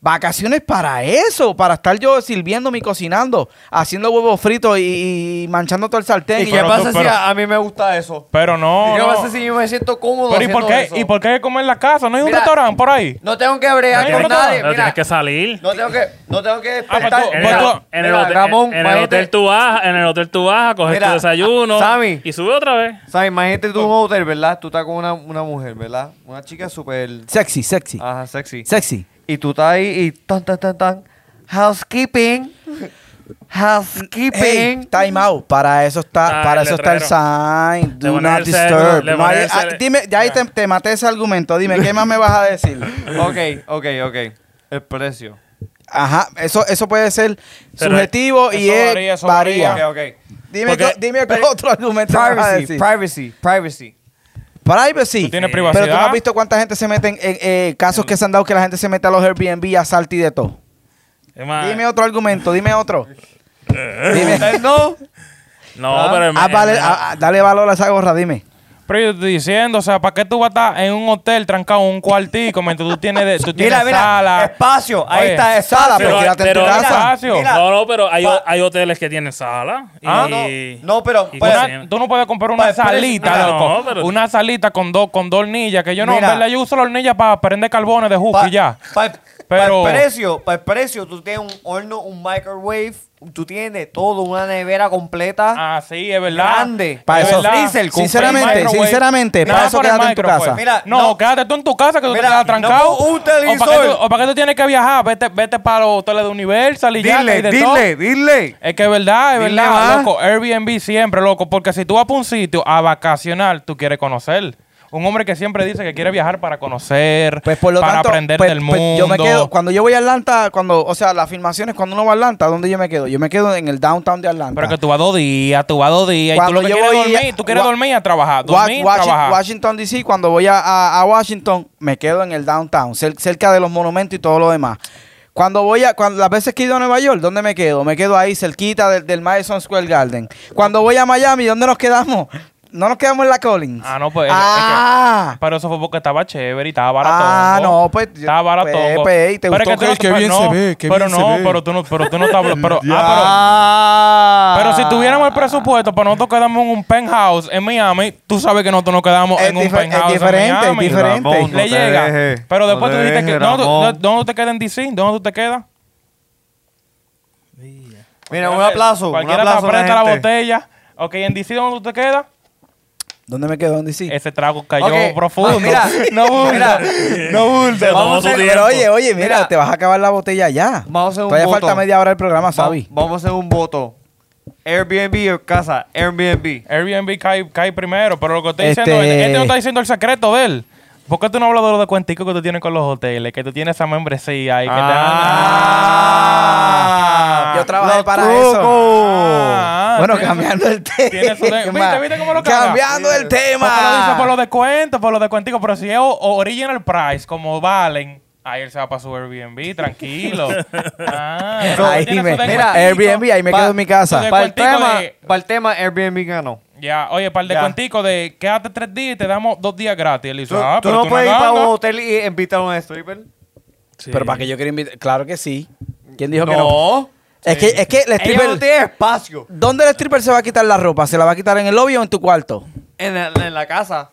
S1: Vacaciones para eso, para estar yo sirviéndome y cocinando, haciendo huevos fritos y, y manchando todo el sartén.
S4: ¿Y
S1: Y
S4: qué
S1: ya-
S3: tú-
S4: pasa si
S3: pero-
S4: a, a mí me gusta eso?
S3: Pero no,
S4: ¿Y qué
S3: no.
S4: pasa si yo me siento cómodo
S3: Pero ¿y por
S4: haciendo
S3: qué?
S4: eso?
S3: ¿Y por qué comer en la casa? ¿No hay un
S4: Mira,
S3: restaurante por ahí?
S4: No tengo que bregar
S3: No,
S4: con
S3: no, no,
S4: nadie.
S2: Pero
S4: Mira,
S2: tienes que salir.
S4: no tengo que, no tengo que
S3: Ah, pero
S4: despertar.
S3: tú-
S2: En
S3: Pues
S2: el,
S3: tú-
S2: en el
S4: mira,
S2: hotel,
S4: Ramón,
S2: en el
S4: imagínate-
S2: hotel tú vas, en el hotel tú vas, coges
S4: Mira,
S2: tu desayuno
S4: ah, Sammy.
S2: y sube otra vez.
S4: O sea, imagínate tú en un hotel, ¿verdad? Tú estás con una, una mujer, ¿verdad? Una chica súper...
S1: Sexy, sexy.
S2: Ah.
S4: Ajá, sexy.
S1: Sexy.
S4: Y tú estás ahí y tan, tan, tan, tan. Housekeeping.
S1: Hey,
S4: Housekeeping.
S1: time out. Para eso está,
S2: Ah,
S1: para
S2: el
S1: eso está el sign.
S2: Le
S1: Do
S2: ponen
S1: not
S2: el cero,
S1: disturb.
S2: le
S1: No
S2: ponen
S1: hay-
S2: el
S1: ah,
S2: cero.
S1: dime, ya ahí te, te maté ese argumento. Dime, ¿qué más me vas a decir?
S4: ok, ok, ok. El precio.
S1: Ajá, eso, eso puede ser
S2: Pero
S1: subjetivo y
S3: eso
S1: es-
S3: varía, eso
S1: varía.
S4: Ok, ok.
S1: Dime,
S2: Porque-
S1: co- dime qué otro argumento me vas a
S4: Privacy,
S1: decir.
S4: privacy, privacy.
S1: Privacy.
S3: Tú tienes
S2: Sí.
S3: privacidad.
S1: Pero tú no has visto cuánta gente se mete en en, eh, casos que se han dado que la gente se mete a los Airbnb, a Salty y de todo.
S2: Es más,
S1: Dime otro argumento, dime otro. dime.
S4: No.
S2: no,
S4: Ah,
S2: pero en-
S1: Ah,
S2: en-
S1: vale, ah, ah, dale valor a esa gorra, dime.
S3: Pero yo te estoy diciendo, o sea, ¿para qué tú vas a estar en un hotel trancado en un cuartico mientras tú tienes, de- tú tienes
S4: Mira, mira.
S3: sala?
S4: Espacio. Ahí
S3: Oye,
S4: está,
S1: Sala,
S4: espacio.
S1: pero
S2: Pero-
S1: quédate en tu
S2: pero-
S1: casa.
S3: espacio.
S4: Mira,
S2: no, no, pero hay,
S4: pa-
S2: hay hoteles que tienen sala. Y,
S4: Ah, no, no, pero-
S2: y
S4: pues-
S2: cocina.
S3: Una- tú no puedes comprar una
S4: Pues, pero-
S3: salita,
S2: Ah, no,
S3: loco.
S2: pero-
S3: Una salita con dos con dos hornillas, que yo no, en
S4: Mira.
S3: verdad, yo uso la hornilla para prender carbones de juca
S4: Pa-
S3: y ya.
S4: pa-
S3: Pero-
S4: pa el precio, para el precio, tú tienes un horno, un microwave, tú tienes de todo, una nevera completa.
S3: Ah, sí, es verdad.
S4: Grande.
S1: Pa'
S3: Es
S1: eso.
S3: verdad.
S4: Freezer, con
S1: Sinceramente,
S3: freezer, microwave.
S1: sinceramente, pa'
S3: Nada
S1: eso
S3: por el
S1: quédate en tu
S3: microwave.
S1: casa.
S4: Mira,
S3: no,
S4: no.
S3: quédate tú en tu casa que tú
S4: Mira,
S3: te quedas
S4: no
S3: trancado.
S4: pongo un
S3: O para, qué
S4: televisor.
S3: tú, o para qué tú tienes que viajar, vete, vete para los hoteles de Universal y ya. y
S4: dile,
S3: de
S4: dile,
S3: todo.
S4: dile.
S3: Es que es verdad, es
S4: Dile,
S3: verdad,
S4: va.
S3: loco. Airbnb siempre, loco. Porque si tú vas a un sitio a vacacionar, tú quieres conocer. Un hombre que siempre dice que quiere viajar para conocer,
S1: Pues por lo
S3: para
S1: tanto,
S3: aprender
S1: pues-
S3: del
S1: pues
S3: mundo.
S1: yo me quedo, cuando yo voy a Atlanta, cuando, o sea, las filmaciones, cuando uno va a Atlanta, ¿dónde yo me quedo? Yo me quedo en el downtown de Atlanta.
S3: Pero que tú vas dos días, tú vas dos días.
S1: Cuando
S3: y tú lo
S1: yo
S3: que quieres
S1: voy a-
S3: dormir, tú quieres
S1: Wa-
S3: dormir a trabajar.
S1: Wa-
S3: Dormir,
S1: Washi-
S3: trabajar.
S1: Washington DC, cuando voy a, a- a Washington, me quedo en el downtown, cer- cerca de los monumentos y todo lo demás. Cuando voy a, cuando, las veces que he ido a Nueva York, ¿dónde me quedo? Me quedo ahí cerquita del, del Madison Square Garden. Cuando voy a Miami, ¿dónde nos quedamos? No nos quedamos en la Collins.
S3: Ah, no, pues, es que-
S1: Ah,
S3: Pero eso fue porque estaba chévere y estaba barato.
S1: Ah, no, pues, yo-
S3: Estaba barato.
S1: pues, pues, y te gustó que-
S3: que bien se ve, Pero no, pero tú no, pero tú no estás. pero, ah,
S1: Ah.
S3: pero, pero si tuviéramos el presupuesto para nosotros quedamos en un penthouse en Miami, tú sabes que nosotros nos quedamos
S1: Es
S3: en un
S1: difer- es
S3: penthouse
S1: diferente, es
S3: en Miami.
S1: diferente.
S4: Ramón, no
S3: Le
S4: te
S3: llega.
S4: dejes,
S3: pero
S4: no
S3: después
S4: te
S3: tú dijiste
S4: dejes,
S3: que. ¿dónde,
S4: Ramón.
S3: dónde- dónde te quedas en DC? ¿Dónde tú te quedas?
S4: Mira, un aplauso.
S3: Eh,
S4: Un
S3: Cualquiera te
S4: aplauso. a la
S3: aprieta la
S4: gente.
S3: botella. Ok, en DC, ¿dónde tú te quedas?
S1: ¿Dónde me quedo? ¿Dónde sí?
S3: Ese trago cayó
S1: Ok.
S3: profundo.
S1: Ah, mira,
S3: no burla.
S1: mira.
S3: No burla.
S2: Se tomó
S1: Vamos a
S2: su
S1: hacer-
S2: tiempo.
S1: pero oye, oye, mira, te vas a acabar la botella ya.
S4: Vamos a hacer un
S1: Todavía
S4: voto.
S1: falta media hora del programa,
S4: Va-
S1: Sabi.
S4: Vamos a hacer un voto. Airbnb o casa. Airbnb.
S3: Airbnb cae, cae primero, pero lo que estoy
S1: Este-
S3: diciendo, él, él no está diciendo el secreto de él. ¿Por qué tú no hablas de lo de cuentico que tú tienes con los hoteles? Que tú tienes esa membresía y que te dan-
S4: Ah.
S1: Yo trabajé
S4: Los
S1: para
S4: trucos.
S1: eso.
S3: Ah,
S1: bueno,
S3: tienes-
S1: cambiando el tema.
S3: tiene su de- ¿Viste- viste cómo lo caga?
S1: cambiando el
S3: ¿Por qué lo dice por los
S1: tema.
S3: descuentos, por los descuenticos? Pero si es o- original price, como valen, ahí él se va para su Airbnb, tranquilo. Ah,
S1: Ahí
S3: tiene su
S1: me,
S3: descuentico.
S1: mira, Airbnb, ahí me
S4: pa-
S1: quedo en mi casa.
S3: de-
S4: Para el
S3: cuentico
S4: tema,
S3: de-
S4: para el tema Airbnb ganó.
S3: Ya, oye, para el
S4: Ya.
S3: descuentico de quédate tres días y te damos dos días gratis. Él
S4: Tú,
S3: hizo, ah,
S4: tú
S3: pero
S4: no
S3: tú
S4: puedes ir
S3: no
S4: para un
S3: ganas.
S4: hotel y invitar a un stripper.
S2: Sí.
S1: Pero para que yo quiera invitar. Claro que sí. ¿Quién dijo que no? Es que, es que el
S4: Ella no
S1: stripper.
S4: tiene espacio
S1: ¿Dónde el stripper se va a quitar la ropa? ¿Se la va a quitar en el lobby o en tu cuarto?
S4: en la, en la casa.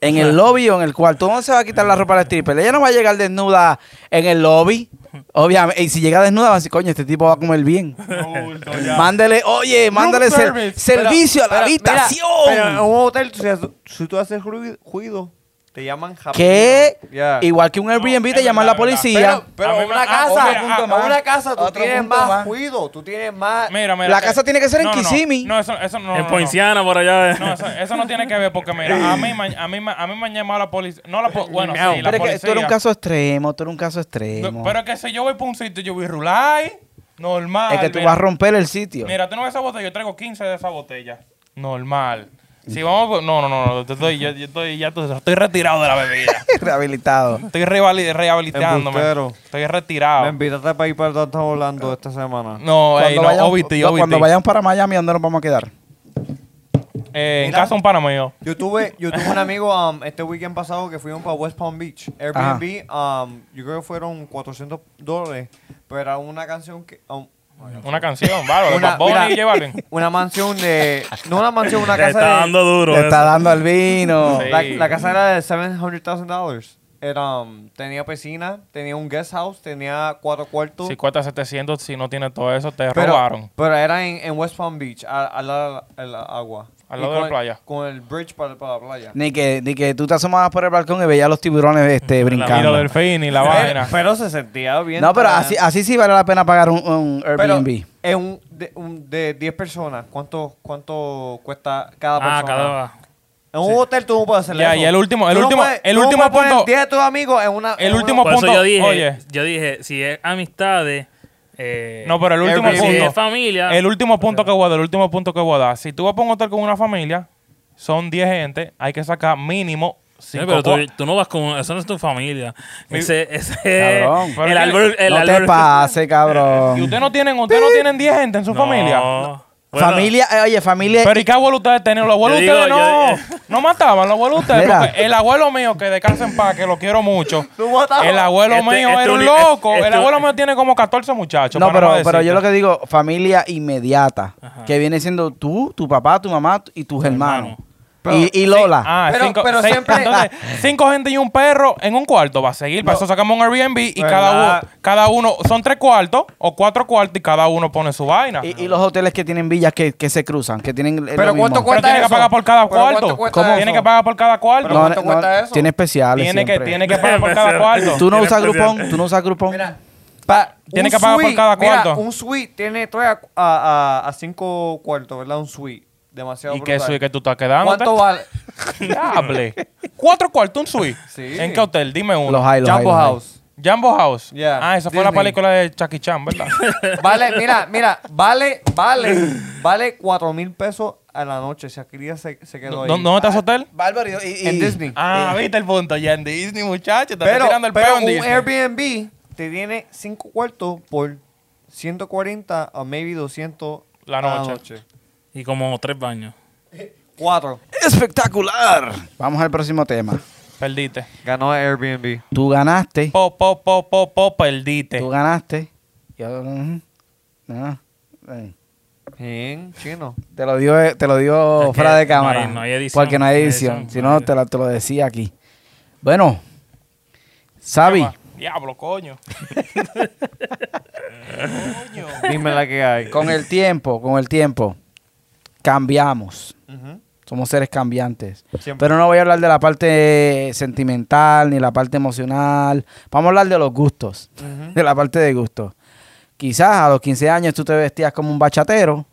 S1: En el lobby o en el cuarto. ¿Dónde se va a quitar la ropa la stripper? Ella no va a llegar desnuda en el lobby. Obviamente. Y si llega desnuda, va a decir, coño, este tipo va a comer bien.
S3: No, bulto, ya.
S1: Mándele, oye, mándale ser-
S3: service.
S1: servicio
S4: Pero-
S1: a la
S4: pero, mira,
S1: habitación.
S4: pero en un hotel, si, haces- si tú haces ruido, ruido, te llaman rápido.
S1: ¿Qué?
S4: Ya.
S1: Igual que un Airbnb
S3: es
S1: te llaman la
S3: verdad, es
S1: policía.
S4: Pero,
S3: A
S4: pero
S3: mí
S4: en
S3: me-
S4: una
S3: ah,
S4: casa,
S3: otro punto
S4: en
S1: más.
S4: una casa tú
S1: Otro
S4: tienes
S1: punto
S4: más,
S1: más.
S4: ruido, tú tienes más.
S3: Mira, mira.
S1: La
S3: eh,
S1: casa tiene que ser en
S3: no, no, no.
S1: Kissimmee.
S3: No, eso, eso no. no,
S2: En
S3: no.
S2: Poinciana, por allá. eh.
S3: No, eso, eso no tiene que ver porque, mira, a mí, ma- a mí, ma- a mí me han llamado la policía. No la po- Bueno, sí,
S4: Miau.
S3: la
S1: Pero es que
S3: policía.
S1: tú eres un caso extremo, tú eres un caso
S3: No,
S1: extremo.
S3: Pero es que si yo voy para un sitio, yo voy a rular, normal.
S1: es que tú
S3: mira.
S1: vas a romper el sitio.
S3: Mira, tú no ves esa botella, yo traigo 15 de esa botella. Normal. Si vamos. No, no, no, no. te Estoy, yo, yo estoy, ya tú- estoy retirado de la bebida.
S1: Rehabilitado.
S3: Estoy revali- rehabilitándome.
S4: Embustero.
S3: Estoy
S4: Me
S3: retirado.
S4: invitaste para ir para donde estamos hablando esta semana.
S3: No, ey, no,
S1: vayan-
S3: OBT,
S1: no, cuando
S3: OBT.
S1: vayan para Miami, ¿dónde nos vamos a quedar?
S3: Eh, en
S4: Mira.
S3: casa de un pana mío.
S4: Yo tuve, yo tuve un amigo um, este weekend pasado que fuimos para West Palm Beach. Airbnb, um, yo creo que fueron 400 dólares, pero era una canción que... um,
S3: Una canción, bárbaro.
S4: Una-
S3: Bad Bunny
S4: mira.
S3: y J Balvin.
S4: una mansión de... No una mansión, una
S2: Le
S4: casa
S2: está
S4: de...
S2: dando duro.
S1: Le
S2: eso.
S1: está dando al vino.
S3: Sí.
S4: La, la casa era de $700,000. Era, um, tenía piscina, tenía un guest house, tenía cuatro cuartos.
S3: 50, 700, si no tienes todo eso, te
S4: pero,
S3: robaron.
S4: Pero era en, en West Palm Beach, al, al lado de la agua.
S3: Al
S4: Y
S3: lado de la
S4: con-
S3: playa.
S4: Con el bridge para, para la playa.
S1: Ni que, ni que tú te asomabas por el balcón y veías los tiburones este,
S3: Y
S1: brincando.
S3: los delfines y la
S4: Pero,
S3: vaina.
S4: pero se sentía bien.
S1: No, pero
S4: tra-
S1: así, así sí vale la pena pagar un, un
S4: Pero
S1: Airbnb.
S4: es un de, un de 10 personas. ¿Cuánto, ¿Cuánto cuesta cada persona?
S2: Ah, cada.
S4: En un hotel tú no puedes hacer
S3: Ya,
S4: eso.
S3: y el último- el
S4: Tú no
S3: último-
S4: puedes-
S3: el
S4: tú no
S3: último
S4: puedes poner
S3: punto-
S4: 10 de tus amigos en una.
S3: El
S4: en una-
S3: último
S2: Por eso
S3: punto,
S2: yo dije,
S3: oye.
S2: yo dije, si es amistades, eh,
S3: No, pero el último
S2: si
S3: punto.
S2: es familia,
S3: El último punto que voy a dar, el último punto que voy a dar. Si tú vas a un hotel con una familia, son 10 gente, hay que sacar mínimo
S2: Sí,
S3: 5
S2: pero tú, tú no vas con... Eso no es tu familia. Ese... ese
S1: Cabrón.
S2: el
S3: Pero que-
S2: árbol... El
S1: no
S2: árbol-
S1: te
S3: Eh,
S1: pase,
S3: Y
S1: cabrón.
S3: ustedes no tienen, ustedes no tienen 10 gente en su
S2: No.
S3: familia.
S2: Bueno,
S1: familia, eh, oye, familia.
S3: Pero ¿y qué abuelo ustedes tenían? Los abuelos
S2: Yo digo,
S3: ustedes no,
S2: yo-
S3: no mataban, los abuelos ustedes.
S1: Mira.
S3: porque el abuelo mío, que descansa en paz, que lo quiero mucho.
S4: Tú matabas.
S3: El abuelo
S2: Este-
S3: mío
S2: este
S3: era un
S2: uni-
S3: loco.
S2: este-
S3: el abuelo mío tiene como 14 muchachos.
S1: No,
S3: para
S1: pero,
S3: más
S1: pero
S3: decirte.
S1: yo lo que digo, familia inmediata, que viene siendo tú, tu papá, tu mamá t- y tus hermanos. Y, y Lola.
S3: Ah,
S4: Pero-
S3: cinco,
S4: pero
S3: seis-
S4: siempre-
S1: Ah.
S3: entonces, cinco gente y un perro en un cuarto va a seguir. Para eso sacamos un Airbnb y
S4: ¿Verdad?
S3: cada uno, cada uno son tres cuartos o cuatro cuartos y cada uno pone su vaina.
S1: y, y los hoteles que tienen villas que, que se cruzan, que tienen. eh,
S4: Pero
S1: lo
S4: ¿cuánto
S1: mismo.
S3: pero
S4: cuesta
S3: tiene que
S4: eso?
S3: pagar por cada
S4: ¿Pero cuánto
S3: cuarto.
S4: cuesta
S3: Tiene
S4: eso?
S3: que pagar por cada cuarto.
S4: Pero ¿cuánto cuesta eso?
S1: Tiene especiales.
S3: tiene, que,
S1: siempre.
S3: tiene que pagar por cada cuarto.
S1: Tú no
S2: Tiene
S1: usas
S2: especial.
S1: grupón, tú no usas grupón.
S4: Mira, pa-
S3: Tiene
S4: un
S3: que pagar por
S4: suite,
S3: cada
S4: mira,
S3: cuarto.
S4: un suite tiene 3 a, a, a, a cinco cuartos, ¿verdad? Un suite. Demasiado
S3: ¿Y qué
S4: brutal.
S3: suite que tú estás quedando?
S4: ¿Cuánto vale?
S3: Diable. Cuatro cuartos, un suite.
S4: Sí.
S3: ¿En qué hotel? Dime uno.
S1: los hay, los hay,
S4: Jumbo
S1: los hay.
S4: House.
S3: Jumbo House.
S4: Yeah,
S3: Ah, esa fue la
S4: Disney.
S3: película de Chucky Chan, ¿verdad?
S4: Vale, mira, mira, vale, vale, vale 4 mil pesos a la noche. Si adquiría se, se quedó
S3: ¿Dó-
S4: ahí.
S3: ¿Dónde está ese hotel?
S1: Bárbaro, y- eh, y-
S4: En Disney.
S3: Ah, viste el punto. Ya en Disney, muchacho. Te está
S4: pero
S3: tirando el
S4: pero
S3: peo en
S4: un
S3: Disney.
S4: Airbnb te tiene 5 cuartos por 140 a maybe 200
S3: La
S4: a
S3: noche.
S2: Y como tres baños.
S4: Cuatro.
S1: Espectacular. Vamos al próximo tema.
S3: Perdiste.
S4: Ganó Airbnb.
S1: Tú ganaste.
S3: Po, po, po, po, po, perdiste.
S1: Tú ganaste. Yo- ujú. No, eh.
S4: En chino.
S1: Te lo dio, eh, te lo dio
S2: Es que
S1: fuera de
S2: no
S1: cámara.
S2: hay- no hay edición,
S1: Porque no hay
S2: no hay
S1: edición.
S2: edición,
S1: si
S2: no
S1: no,
S2: hay-
S1: te, la- te lo decía aquí. Bueno, Xavi,
S3: Diablo, coño. coño.
S4: Dime la que hay.
S1: con el tiempo, con el tiempo, cambiamos.
S4: Ujú.
S1: Somos seres cambiantes.
S4: Siempre.
S1: Pero no voy a hablar de la parte sentimental ni la parte emocional. Vamos a hablar de los gustos, de la parte de gustos. Quizás a los 15 años tú te vestías como un bachatero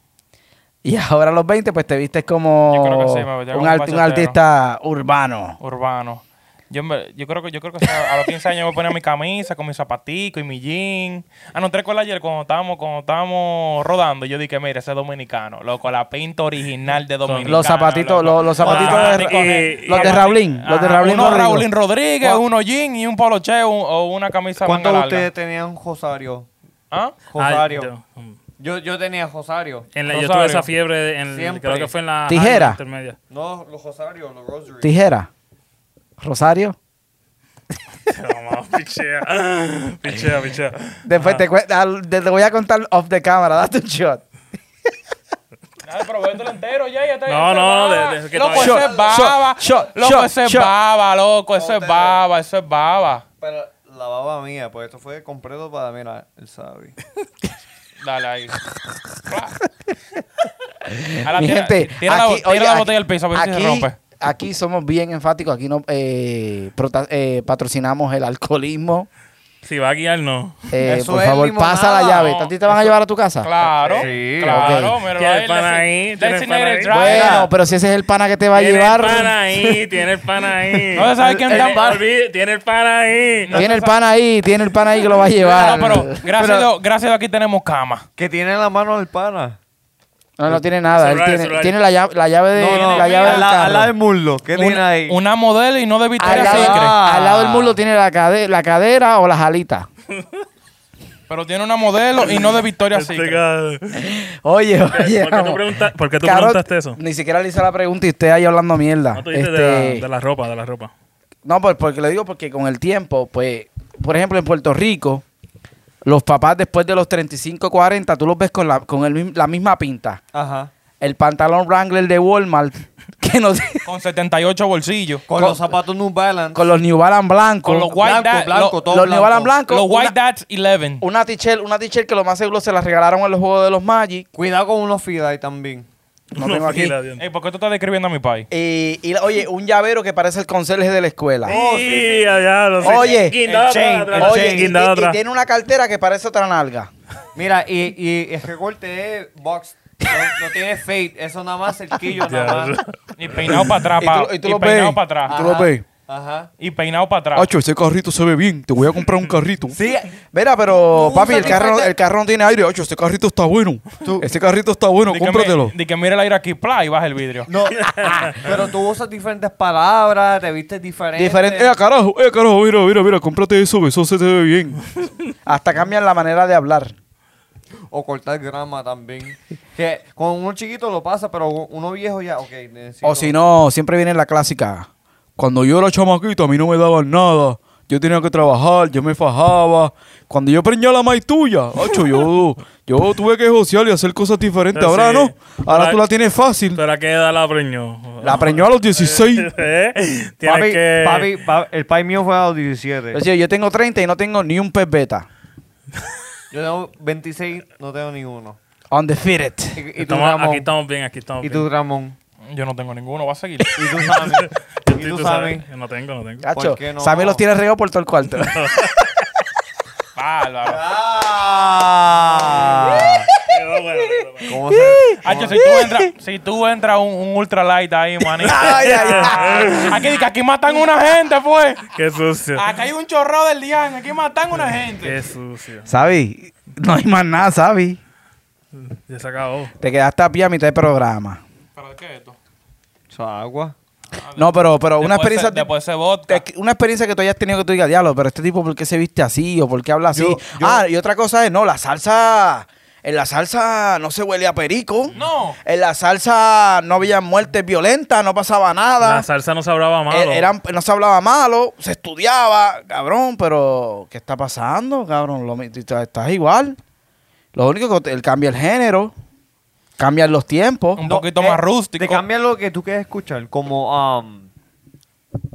S1: y ahora a los 20 pues te vistes como
S3: Yo creo que sí, me vestía
S1: un,
S3: como un
S1: art- un
S3: bachatero.
S1: artista urbano.
S3: Urbano. Yo, me- yo creo que yo creo que o sea, a los 15 años me ponía mi camisa con mis zapaticos y mi jean. Ah, no, tres ayer cuando estábamos, cuando estábamos rodando, yo dije, mira, ese es dominicano, loco, la pinta original de dominicano.
S1: Los zapatitos, los, los zapatitos
S2: Ah,
S1: de,
S2: con el-
S1: eh, los de Raulín, los de Raulín
S3: ah, Uno
S1: Rodrigo.
S3: Raulín Rodríguez,
S4: ¿Cuál?
S3: uno jean y un poloche o una camisa manga
S4: ¿Cuántos de
S3: larga.
S4: ustedes tenían Josario?
S3: ¿Ah?
S2: Ah,
S4: Josario.
S2: yo-
S4: Yo, yo tenía Josario.
S2: en la- yo
S3: Rosario.
S2: tuve esa fiebre de- en,
S4: Siempre.
S2: creo que fue en la
S1: Tijera.
S2: high intermedia.
S4: No, los Josarios, los Rosary.
S1: Tijera. Rosario.
S2: No, pichea.
S3: Ah.
S2: pichea, pichea.
S1: Después te, cue- al- te- te voy a contar off the camera, date un shot.
S3: Nada, pero vételo entero ya, ya está.
S2: No,
S3: eso es
S2: no,
S3: baba.
S2: de- de- que
S3: Loco,
S2: todavía-
S3: eso es baba.
S1: Shot, shot,
S3: Loco,
S1: shot,
S3: eso es
S1: shot.
S3: baba, loco, eso es baba, eso es baba.
S4: Pero la baba mía, pues esto fue completo para, mira, el Sabi.
S3: Dale ahí. A la
S1: Mi
S3: tira-
S1: gente,
S3: tira la bo-
S1: aquí,
S3: tira
S1: oye,
S3: la
S1: aquí-
S3: botella al piso a ver si
S1: aquí-
S3: se rompe.
S1: Aquí somos bien enfáticos, aquí no eh, prota- eh, patrocinamos el alcoholismo.
S2: Si va a guiar, no.
S1: Eh,
S4: Eso
S1: por
S4: es
S1: favor,
S4: limonada.
S1: pasa la llave.
S3: No,
S1: ¿A ti te van a llevar a tu casa?
S3: Claro,
S4: Sí,
S3: claro,
S1: ok.
S3: míralo
S2: Tiene
S3: ahí,
S2: el pan
S3: desi-
S2: ahí, tiene el pan
S3: designated
S2: ahí.
S3: driver.
S1: Bueno, pero si ese es el pana que te va a
S2: tiene
S1: llevar,
S2: el pan ahí, tiene el pan ahí.
S3: No se sabe quién
S2: Tiene-
S3: está-
S2: olvide- Tiene el pan ahí.
S1: tiene el pana ahí, tiene el pana ahí que lo va a
S3: No,
S1: llevar.
S3: pero gracias, a Dios, gracias a Dios aquí tenemos cama.
S4: Que tiene en la mano el pana.
S1: No, no tiene nada. Él
S2: Celular,
S1: tiene,
S2: celular.
S1: tiene la llave, la llave de la llave del
S4: al, la- al
S1: carro.
S4: lado del muslo. ¿Qué tiene
S3: Una,
S4: ahí?
S3: una modelo y no de
S1: Al
S3: Victoria's
S1: lado,
S3: Secret.
S4: Ah.
S1: al lado del muslo tiene la, cade- la cadera o las alitas.
S3: Pero tiene una modelo y no de Victoria's
S2: Este
S3: Secret.
S2: cabrón.
S1: Oye, oye.
S2: ¿Por qué tú,
S1: vamos.
S2: pregunta- por qué tú
S1: Carol,
S2: preguntaste eso?
S1: Ni siquiera le hice la pregunta y usted ahí hablando
S4: Ah,
S1: mierda.
S2: No, tú dices
S1: Este,
S2: de, la, de la ropa, de la ropa.
S1: No, por- porque le digo porque con el tiempo, pues, por ejemplo, en Puerto Rico, los papás después de los 35, 40, tú los ves con la, con el mi- la misma pinta.
S4: Ajá.
S1: El pantalón Wrangler de Walmart, que no tiene-
S3: Con 78 bolsillos.
S4: Con, los zapatos New Balance.
S1: con los New Balance blancos.
S3: Con los White
S4: blanco,
S3: Dad-
S4: blanco,
S3: lo-
S4: todo
S1: los New Balance
S4: blanco.
S1: blancos.
S3: Los White
S1: una-
S3: Dats 11.
S1: Una t-shirt, una t-shirt que lo más seguro se la regalaron en los juegos de los Magic.
S4: Cuidado con unos Fidai también.
S1: No tengo aquí.
S2: fila, Dios.
S3: Ey, ¿por qué tú estás describiendo a mi país?
S1: Eh, y, la- oye, un llavero que parece el conserje de la escuela.
S2: Oh, Sí, allá, lo sé.
S1: Oye,
S2: Guindado
S4: el chain,
S2: atrás,
S4: el
S2: oye,
S1: Oye,
S4: chain.
S1: y,
S2: guindado
S1: y- y
S2: atrás.
S1: tiene una cartera que parece otra nalga.
S4: Mira, y, y el recorte es box. No, no tiene fade. Eso nada más, cerquillo nada más.
S3: Y peinado para atrás, pa-
S1: Y tú- y tú
S3: y
S1: lo
S3: peinado
S1: ves. Ah.
S3: para atrás.
S1: ¿Tú lo ves?
S4: Ajá.
S3: Y peinado para atrás.
S5: Hacho, ese carrito se ve bien. Te voy a comprar un carrito.
S4: Sí.
S1: Mira, pero
S4: Tú
S1: papi, el
S4: usa
S1: carro,
S4: diferente-
S1: el carro no tiene aire.
S5: Aire, hacho, ese carrito está bueno. Ese carrito está bueno,
S3: Di que mi-
S5: cómpratelo.
S3: Di que mira el aire aquí, pla, y baja el vidrio.
S4: No. ah, Pero tú usas diferentes palabras, te vistes diferente.
S1: Diferente.
S5: Eh, carajo, eh, carajo, mira, mira, mira, cómprate eso, que eso se te ve bien.
S1: Hasta cambian la manera de hablar.
S4: O cortar grama también. Que con uno chiquito lo pasa, pero uno viejo ya, ok. necesito-
S5: O si no, siempre viene la clásica. Cuando yo era chamaquito, a mí no me daban nada. Yo tenía que trabajar, yo me fajaba. Cuando yo preñé la maíz tuya, ocho, yo, yo tuve que josear y hacer cosas diferentes.
S2: Pero
S5: Ahora
S2: sí.
S5: no, ahora
S2: Ahora-
S5: tú la tienes fácil.
S2: Pero a qué edad la preñó.
S5: La preñó a los 16.
S2: ¿Eh? Tienes
S4: Papi,
S2: que...
S4: papi, pa- el país mío fue a los 17.
S1: Es
S5: Pues
S1: decir, yo tengo 30 y no tengo ni un pez beta.
S4: Yo tengo 26, no tengo ninguno.
S1: Undefeated.
S4: Y, y tú,
S2: Estamos- aquí
S4: Ramón.
S2: estamos bien, aquí estamos
S4: Y
S2: bien.
S4: tú, Ramón.
S3: Yo no tengo ninguno, va a seguir.
S4: Y tú, Sammy. Y tú, Sammy.
S2: No tengo, no tengo.
S1: Cacho,
S4: qué no?
S1: Sammy los tiene regados por todo el cuarto.
S3: Bárbaro.
S4: ¡Ah!
S2: Pero bueno, pero bueno.
S4: ¿Cómo se-
S3: Hacho, si tú entras, si tú entras un, un ultralight ahí, manito. Aquí, di que aquí matan una gente, pues.
S2: Qué sucio.
S3: Acá hay un chorro del diaño, aquí matan una gente.
S2: Qué sucio.
S1: Sabi, no hay más nada, Sabi.
S2: Ya se acabó.
S1: Te quedaste a pie a mitad del programa.
S3: ¿Pero de qué es esto?
S4: Eso es agua.
S1: No, pero, pero una
S3: Después
S1: experiencia.
S3: ese- después ese vodka.
S1: te- una experiencia que tú hayas tenido que tú digas, diablo, pero este tipo, ¿por qué se viste así? ¿O por qué habla así?
S4: Yo- yo-
S1: ah, y otra cosa es, no, la salsa. En la salsa no se huele a perico.
S3: No.
S1: En la salsa no había muertes violentas, no pasaba nada.
S2: La salsa no sabraba
S1: Eh,
S2: malo.
S1: eran- no se hablaba malo, se estudiaba, cabrón, pero ¿qué está pasando, cabrón? Lo mi- tú estás estás igual. Lo único que te- cambia el género, cambian los tiempos.
S3: Un poquito más rústico.
S4: Te cambia lo que tú quieres escuchar. Como, um,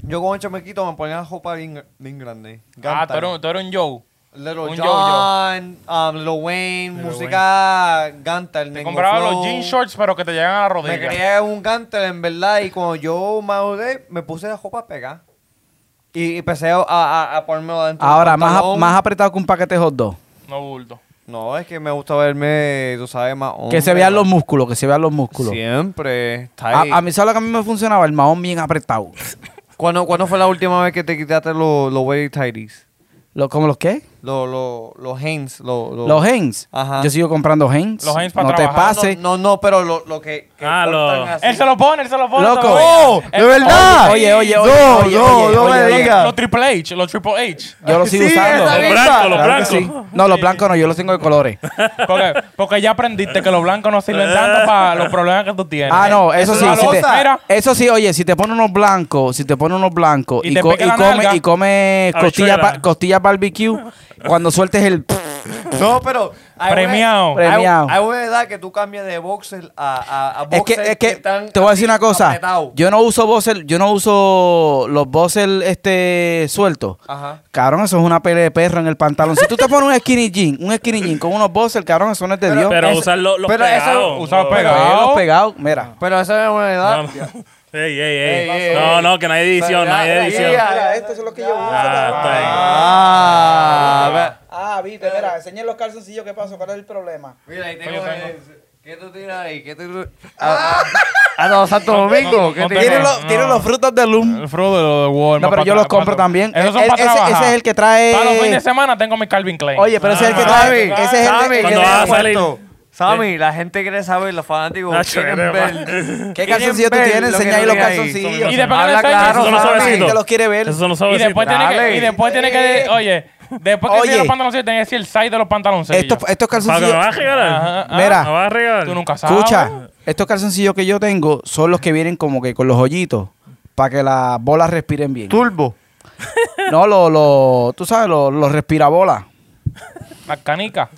S4: yo con el chamaquito me ponía ropa bien, bien grande.
S3: Ah,
S4: Gantan.
S3: tú eres, un- tú eres un Joe.
S4: Little
S3: un yo-yo.
S4: John, um, Lil Wayne,
S2: Lil
S4: música Gantel.
S3: Te compraba los jean shorts, pero que te llegan a la
S4: Me
S3: rodilla.
S4: creé un Gantel, en verdad, y cuando yo maduré, me puse la ropa pegada. Y empecé a, a, a ponerme adentro. del
S1: Ahora, más, a-
S4: pantalón.
S1: más apretado que un paquete de hot dog.
S3: No bulto.
S4: No, es que me gusta verme, tú sabes, más
S1: Que se
S4: hombre,
S1: vean
S4: más-
S1: los músculos, que se vean los músculos.
S4: Siempre. Está
S1: A,
S4: ahí.
S1: a mí, ¿sabes lo que a mí me funcionaba? El mahón bien apretado.
S4: ¿Cuándo, cuándo fue la última vez que te quitaste los los Weighty Tighties?
S1: Lo- ¿Cómo los qué?
S4: Los los los Hanes. Los
S1: Los Hanes.
S4: Ajá.
S1: Yo sigo comprando Hanes.
S3: Los Hanes para
S1: No te
S3: trabajar,
S1: pases.
S4: Ah, No, no, no, pero lo, lo que, que
S2: Ah,
S4: cortan
S2: los-
S4: así.
S3: Él se lo pone, él se lo pone.
S1: Loco.
S3: todo.
S1: ¡Oh!
S3: Él-
S1: ¡De verdad! Oye, oye, oye.
S4: No,
S1: oye,
S4: no,
S1: oye,
S4: no
S1: oye,
S4: me
S1: oye.
S4: digas.
S3: Los Triple H, los Triple H.
S1: Yo los sigo
S4: Sí,
S1: usando.
S4: esa
S2: Los
S4: misma.
S2: blancos, los
S1: Claro que
S2: blancos.
S1: sí. No, los blancos no, yo los tengo de colores.
S3: Porque, porque ya aprendiste que los blancos no sirven tanto para los problemas que tú tienes.
S1: Ah, no, eso
S4: Eso
S1: sí.
S4: es
S1: si
S4: una
S1: te-
S4: cosa.
S3: Mira.
S1: eso sí, oye, si te pone unos blancos, si te pone unos blancos
S3: Y
S1: y,
S3: te
S1: co-
S3: pica
S1: y
S3: la
S1: come,
S3: nalga.
S1: y come costilla,
S2: Habichuela.
S1: pa- costilla barbecue, cuando sueltes el...
S4: No, pero. hay una-
S3: Premiado.
S4: hay-
S1: Premiado.
S4: Hay una edad que tú cambias de boxer a, a, a
S1: Es que,
S4: boxer.
S1: es que
S4: están
S1: te voy a
S4: así
S1: decir una cosa.
S4: apretados.
S1: Yo no uso boxer, yo no uso los boxer este, sueltos.
S4: Ajá.
S1: Cabrón, eso es una pelea de perro en el pantalón. Si tú te pones un skinny jean, un skinny jean con unos boxer, cabrón, eso no es de Dios.
S2: Pero
S4: Eso-
S2: usar los, los
S4: pero eso-
S2: pegados.
S3: usar
S2: No,
S3: pegado.
S1: Pegados, pegados, mira.
S4: Pero esa es una edad.
S2: No, no. Ey, ey, ey.
S4: Ey, ey,
S2: No,
S4: ey.
S2: no, que no hay edición, no hay
S4: Ya, ya,
S2: edición.
S4: ya, ya.
S1: estos son los que yo
S2: Ah, está bien.
S4: Ah, ve-
S1: Ah, viste, mira, enseñé los calzoncillos, ¿qué pasó? ¿Cuál es el problema?
S4: Mira, ahí
S3: Yo
S4: tengo.
S3: tengo.
S4: el- ¿Qué tú tiras ahí? ¿Qué tú.? Ah, ah, no, Santo Domingo. ¿Qué
S3: no
S4: te-
S3: te-
S1: Tienen
S3: Tiene
S1: los,
S3: No.
S1: tienen los frutos de Loom.
S3: El fruto de los de Walmart.
S1: No, pero
S3: pa'
S1: yo
S3: tra-
S1: los compro
S3: pa-
S1: también.
S3: Esos son
S1: El-
S3: para
S1: ese- ese
S3: trabajar.
S1: es el que trae-
S3: Para los fines de semana tengo mi Calvin Klein.
S1: Oye, pero ese es el que
S4: Ah,
S1: trae. Ese
S4: Sammy,
S1: es el de-
S4: Sammy,
S2: Sammy,
S1: el
S2: Cuando
S1: de-
S2: vas a salir.
S4: Puesto. Sammy, la gente quiere saber, los fanáticos
S2: Nacho,
S4: quieren
S2: eres
S4: ver.
S2: mal.
S1: ¿Qué
S4: Quieren
S1: calzoncillos tú
S4: ver
S1: tienes?
S4: lo que
S1: Enseña ahí
S4: tú
S1: los
S4: tienes ahí.
S1: calzoncillos.
S3: Y después
S4: Habla
S3: que le enseñes,
S4: claro,
S2: Esos son los
S4: Sammy.
S1: Te
S2: sobrecitos.
S1: los quiere ver.
S2: Esos son los
S3: Y
S2: sobrecitos.
S3: después tiene que,
S4: Dale.
S3: y después tiene que, oye, después que
S1: Eh. Oye.
S3: tiene los pantaloncillos, tiene que decir el size de los pantaloncillos.
S1: Estos, estos
S2: ¿Para que
S1: calzoncillos.
S2: me vas a regalar?
S3: Ajá, ah,
S1: Mira.
S2: ¿Me vas a regalar?
S3: Tú nunca sabes.
S2: Ah,
S1: Escucha, estos calzoncillos que yo tengo son los que vienen como que con los hoyitos. Para que las bolas respiren bien.
S4: Turbo.
S1: No, los, los- tú sabes, los, los respirabolas.
S3: Las canicas.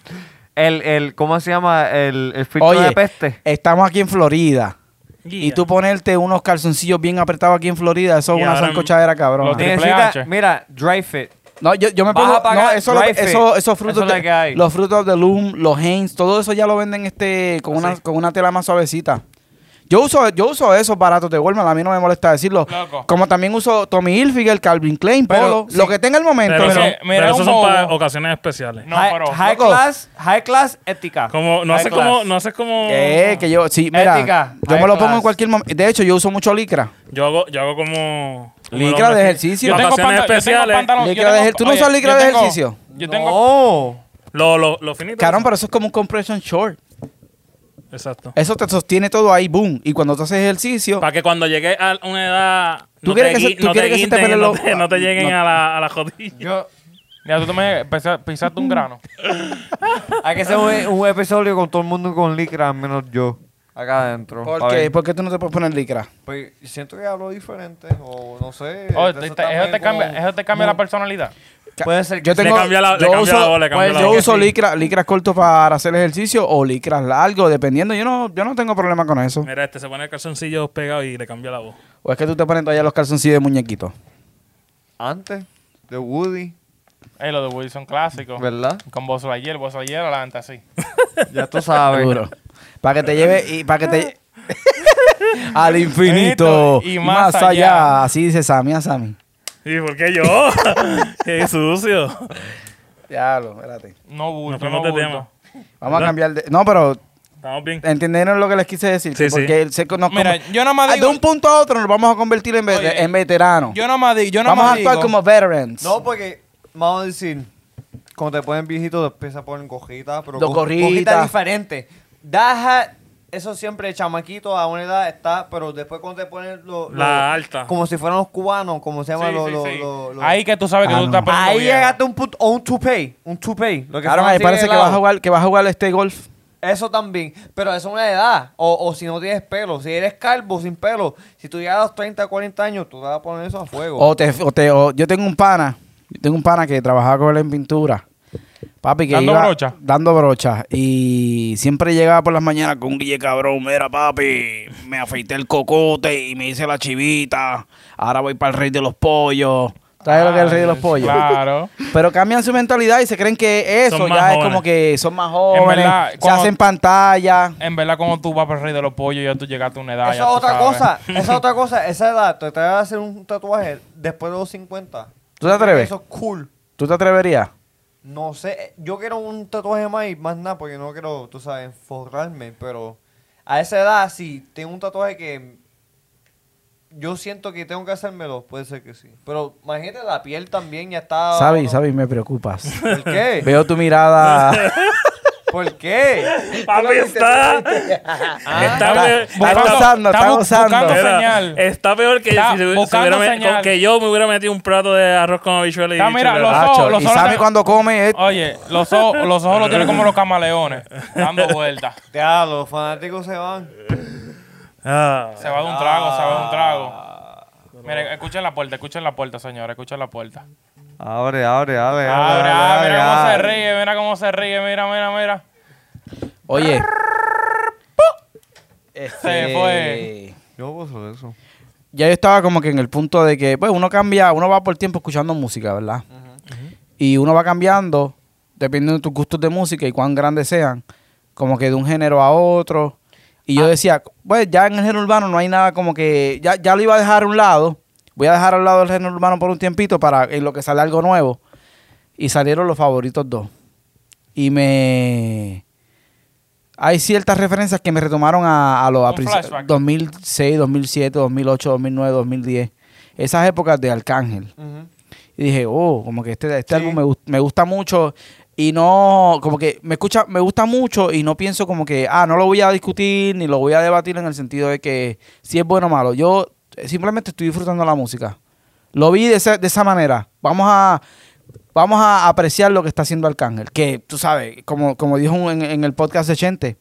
S4: El, el, ¿cómo se llama? El, el filtro
S1: Oye,
S4: de peste.
S1: estamos aquí en Florida. Y
S2: Yeah.
S1: tú ponerte unos calzoncillos bien apretados aquí en Florida, eso es
S2: Y
S1: una
S2: ahora-
S1: zancochadera, cabrón.
S3: Los Triple
S4: Necesita-
S3: H.
S4: mira, dry fit.
S1: No, yo, yo me
S4: Vas
S1: pongo.
S4: a pagar
S1: no, eso, lo-
S4: dry fit.
S1: eso, esos frutos.
S4: Eso es lo
S1: de-
S4: que hay.
S1: Los frutos de Loom, los Hanes, todo eso ya lo venden este con, una, con una tela más suavecita. Yo uso, yo uso esos baratos de Walmart, a mí no me molesta decirlo.
S3: Loco.
S1: Como también uso Tommy Hilfiger, Calvin Klein,
S4: Pero,
S1: Polo,
S4: sí.
S1: lo que tenga el momento.
S2: Pero,
S3: Mira,
S2: son-
S3: mira,
S2: pero
S3: un
S2: esos son para
S3: bobo.
S2: ocasiones especiales.
S3: No,
S4: high,
S3: pero.
S4: high
S1: Loco.
S4: class, high class, ética.
S2: Como, no
S4: High
S2: haces como,
S4: class.
S2: no haces como...
S1: Eh, que yo, sí, mira,
S4: Ética,
S1: yo me
S4: high
S1: lo pongo en
S4: class.
S1: cualquier momento. De hecho, yo uso mucho licra.
S2: Yo hago, yo hago como... como
S1: Licra
S2: el hombre.
S1: de ejercicio.
S2: Yo tengo
S3: pantal-
S2: ocasiones
S3: yo tengo
S2: especiales.
S3: pantalón- yo
S1: Licra de
S3: tengo-
S1: ejer- ¿Tú no
S3: oye,
S1: usas licra
S3: yo
S1: de
S3: tengo-
S1: ejercicio?
S3: Yo tengo.
S4: No.
S2: Lo, lo, lo finito.
S1: Carón, pero eso es como un compression short.
S2: Exacto.
S1: Eso te sostiene todo ahí, boom. Y cuando tú haces ejercicio,
S2: Para que cuando llegue a una edad...
S1: ¿Tú
S2: no
S1: quieres
S2: te
S1: que se-
S2: gui-
S1: tú
S2: no
S1: quieres que se te
S2: guinten y
S1: pelen
S2: no
S1: los-
S2: te- No te lleguen
S1: no.
S2: a la, a la jodilla.
S4: Yo,
S3: Ya tú me pesa- pisaste un grano.
S4: hay que hacer un, un episodio con todo el mundo con licra, menos yo. Acá adentro.
S1: ¿por
S4: Pa'
S1: qué,
S4: ver.
S1: ¿por qué tú no te puedes poner licra?
S4: Pues siento que hablo diferente, o no sé.
S3: Oye,
S4: eso
S3: te- te-
S4: también
S3: Oh, eso te cambia,
S4: como-
S3: eso te cambia la personalidad.
S4: Puede ser
S1: Yo
S4: que
S1: tengo,
S2: le cambia la, le
S1: yo
S2: cambia
S1: uso,
S2: la voz, le cambia
S4: pues,
S2: la
S1: yo
S2: voz.
S1: uso licra, licras cortos para hacer ejercicio o licras largos, dependiendo. Yo no, yo no tengo problema con eso.
S2: Mira, este se pone el calzoncillo pegado y le cambia la voz.
S1: O es que tú te pones todavía los calzoncillos de muñequito.
S4: Antes, de Woody,
S3: Eh, lo de Wilson clásico.
S4: ¿verdad?
S3: Con Buzz Lightyear, Buzz Lightyear adelante así.
S4: Ya tú sabes.
S1: Seguro. Para que te lleve y para que te al infinito
S3: Y
S1: y
S3: más
S1: más, allá.
S3: allá.
S1: Así dice Sammy a Sammy.
S2: ¿Y por qué yo? ¡Qué sucio!
S1: Diablo, espérate.
S3: No
S2: Nos
S3: bulto, no
S2: fuimos de
S3: bulto.
S2: tema.
S1: Vamos a cambiar de. No, pero
S2: Estamos bien.
S1: entendieron lo que les quise decir.
S2: Sí,
S1: que
S2: sí.
S1: porque se- nos-
S3: Mira,
S1: como-
S3: yo nada más
S1: Ah,
S3: digo-
S1: de un punto a otro nos vamos a convertir en, ve-
S3: Oye,
S1: en veteranos.
S3: Yo nada más digo, yo nada
S1: Vamos a
S3: más
S1: actuar
S3: digo.
S1: como veterans.
S4: No, porque vamos a decir, cuando te ponen viejito, después se ponen cojitas, pero
S1: Los
S4: co-
S1: gorritas.
S4: cojitas diferentes. That hat eso siempre, chamaquito, a una edad está, pero después cuando te ponen los...
S2: La alta.
S4: Como si fueran los cubanos, como se llama
S3: Sí,
S4: los...
S3: sí,
S4: los-
S3: sí.
S4: los- los-
S3: Ahí que tú sabes que
S1: Ah,
S3: tú
S1: no.
S3: estás perdiendo
S4: Ahí
S3: viejo.
S4: llegaste a un punto, o un toupee, un toupee. Lo que
S1: Cabrón,
S4: son
S1: ahí
S4: así
S1: parece
S4: de
S1: que vas, a
S4: lado.
S1: jugar, que vas a jugar este golf.
S4: Eso también, pero eso es una edad. O, o si no tienes pelo, si eres calvo, sin pelo, si tú llegas a los 30, 40 años, tú te vas a poner eso a fuego.
S1: O te, o te- o- yo tengo un pana, yo tengo un pana que trabajaba con él en pintura. Papi, que
S3: ¿Dando
S1: iba-
S3: brocha?
S1: Dando brocha. Y siempre llegaba por las mañanas con un guille cabrón. Mira, papi, me afeité el cocote y me hice la chivita. Ahora voy para el rey de los pollos. ¿Sabes lo que es el rey de los pollos?
S3: Claro.
S1: Pero cambian su mentalidad y se creen que eso
S2: Son
S1: ya
S2: más
S1: es
S2: jóvenes.
S1: como que son más jóvenes,
S3: verdad,
S1: se
S3: cuando-
S1: hacen pantalla.
S3: En verdad, cuando tú vas para el rey de los pollos, ya tú llegaste a una edad.
S4: eso
S3: Ah, ya
S4: es
S3: tú
S4: otra
S3: sabes.
S4: cosa, esa es otra cosa. Esa edad, te te vas a hacer un tatuaje después de los 50.
S1: ¿Tú te atreves?
S4: Eso es cool.
S1: ¿Tú te atreverías?
S4: No sé, yo quiero un tatuaje más y más nada, porque no quiero, tú sabes, forrarme, pero a esa edad, si tengo un tatuaje que yo siento que tengo que hacérmelo, puede ser que sí. Pero imagínate, la piel también ya está...
S1: Sabi, Sabi, me preocupas.
S4: ¿Por qué?
S1: Veo tu mirada.
S4: ¿Por qué?
S2: Papi está. Ah, Está, pe-
S1: Está
S2: está-
S1: gozando, está
S3: bu-
S1: gozando.
S3: buscando
S2: Mira,
S3: señal.
S2: está peor que
S3: Está
S2: si se- se
S3: buscando
S2: hubiera met-
S3: señal.
S2: con que yo me hubiera metido un plato de arroz con habichuelas y
S3: Está, mira,
S2: chuleta.
S3: los
S2: Ah,
S3: ojos,
S1: Acho,
S3: los
S1: y
S3: ojos
S1: Sabi
S3: le-
S1: cuando come, eh,
S3: Oye, los ojos, los ojos los tiene como los camaleones, dando vueltas.
S4: Ya, los fanáticos se van.
S2: ah.
S3: Se va de un trago, se
S1: Ah.
S3: va de un trago. Miren, escuchen la puerta, escuchen la puerta, señores, escuchen la puerta.
S4: Abre, abre, abre,
S3: Abre, abre, mira cómo se ríe, mira cómo se ríe, mira, mira, mira.
S1: Oye.
S3: Se fue.
S4: Yo puedo eso.
S1: este, Ya yo estaba como que en el punto de que, pues, uno cambia, uno va por tiempo escuchando música, ¿verdad? Y uno va cambiando, dependiendo de tus gustos de música y cuán grandes sean, como que de un género a otro. Y
S3: Ah.
S1: yo decía, pues, ya en el género urbano no hay nada como que, ya, ya lo iba a dejar a un lado, voy a dejar al lado el género urbano por un tiempito para en lo que sale algo nuevo. Y salieron los favoritos dos. Y me... Hay ciertas referencias que me retomaron a, a los a
S3: Un
S1: princip-
S3: flashback.
S1: 2006, 2007, 2008, 2009, 2010. Esas épocas de Arcángel. Y dije, oh, como que este, este
S4: Sí.
S1: álbum me, gust- me gusta mucho. Y no, como que me escucha, me gusta mucho y no pienso como que, ah, no lo voy a discutir ni lo voy a debatir en el sentido de que si es bueno o malo. Yo eh, simplemente estoy disfrutando la música. Lo vi de esa, de esa manera. Vamos a, vamos a apreciar lo que está haciendo Arcángel. Que tú sabes, como, como dijo un- en, en el podcast de Chente,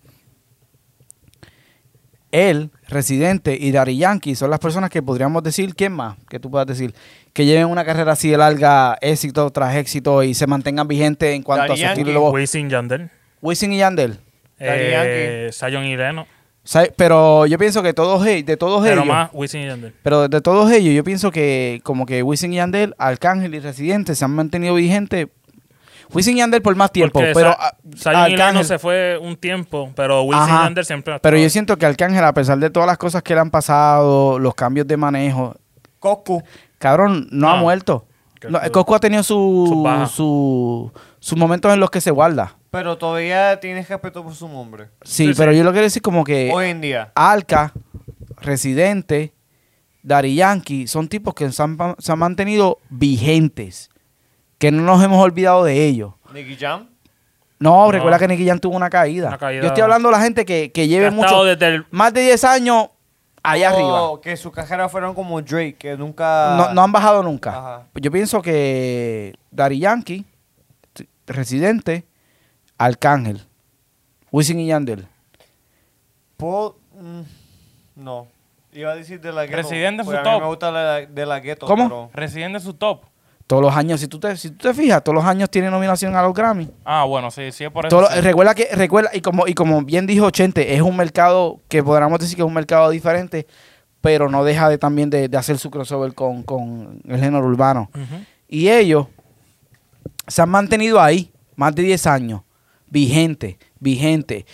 S1: él, Residente y Daddy Yankee son las personas que podríamos decir, ¿quién más? Que tú puedas decir, que lleven una carrera así de larga, éxito tras éxito y se mantengan vigentes en cuanto
S4: Daddy
S1: a su estilo de
S4: Yankee.
S1: voz.
S2: Wisin Yandel.
S1: Wisin y Yandel.
S2: eh,
S4: Yankee.
S2: Zion y Leno.
S1: O sea, Pero yo pienso que todos e- de todos
S2: Pero
S1: ellos,
S2: más Wisin y Yandel.
S1: pero de todos ellos, yo pienso que como que Wisin y Yandel, Arcángel y Residente se han mantenido vigentes. Wisin y Yandel por más tiempo,
S2: Porque
S1: pero
S2: Sa-
S1: ah,
S2: Zion y Leno
S1: Arcángel-
S2: se fue un tiempo, pero Wisin
S1: Ajá.
S2: y Yandel siempre. ha
S1: Pero yo
S2: estado.
S1: siento que Arcángel, a pesar de todas las cosas que le han pasado, los cambios de manejo,
S4: Coscu.
S1: cabrón, no,
S2: No.
S1: ha muerto.
S2: Que
S1: No,
S2: tú-
S1: Coscu ha tenido su,
S2: Sus bajas.
S1: su- sus momentos en los que se guarda.
S4: Pero todavía tienes respeto por su nombre.
S1: Sí,
S2: Sí,
S1: pero
S2: sí.
S1: yo lo quiero decir como que
S4: Hoy en día.
S1: Alca, Residente, Dari Yankee, son tipos que se han, se han mantenido vigentes. Que no nos hemos olvidado de ellos.
S4: Nicky Jam.
S1: No, recuerda que Nicky Jam tuvo una caída.
S2: Una caída.
S1: Yo estoy hablando de la gente que, que
S2: Que ha
S1: lleve
S2: estado
S1: mucho,
S2: desde el-
S1: más de 10 años allá
S4: O
S1: arriba.
S4: Que sus cajeras fueron como Drake, que nunca...
S1: no, no han bajado nunca.
S4: ah. Ajá.
S1: Yo pienso que Dari Yankee, t- Residente, Arcángel, Wisin y Yandel.
S4: Puedo- mm, no. Iba a decir de la gueto.
S3: Residente en
S4: porque
S3: su
S4: a mí
S3: top.
S4: me gusta la de la gueto.
S1: ¿Cómo?
S4: pero-
S3: Residente su top.
S1: Todos los años, si tú te, si tú te fijas, todos los años tiene nominación a los Grammy.
S3: Ah, bueno, sí, sí es por eso.
S1: Todos los-
S3: sí.
S1: recuerda que, recuerda, y como, y como bien dijo Chente, es un mercado que podríamos decir que es un mercado diferente, pero no deja de también de, de hacer su crossover con, con el género urbano. Y ellos se han mantenido ahí más de 10 años, vigente, vigente.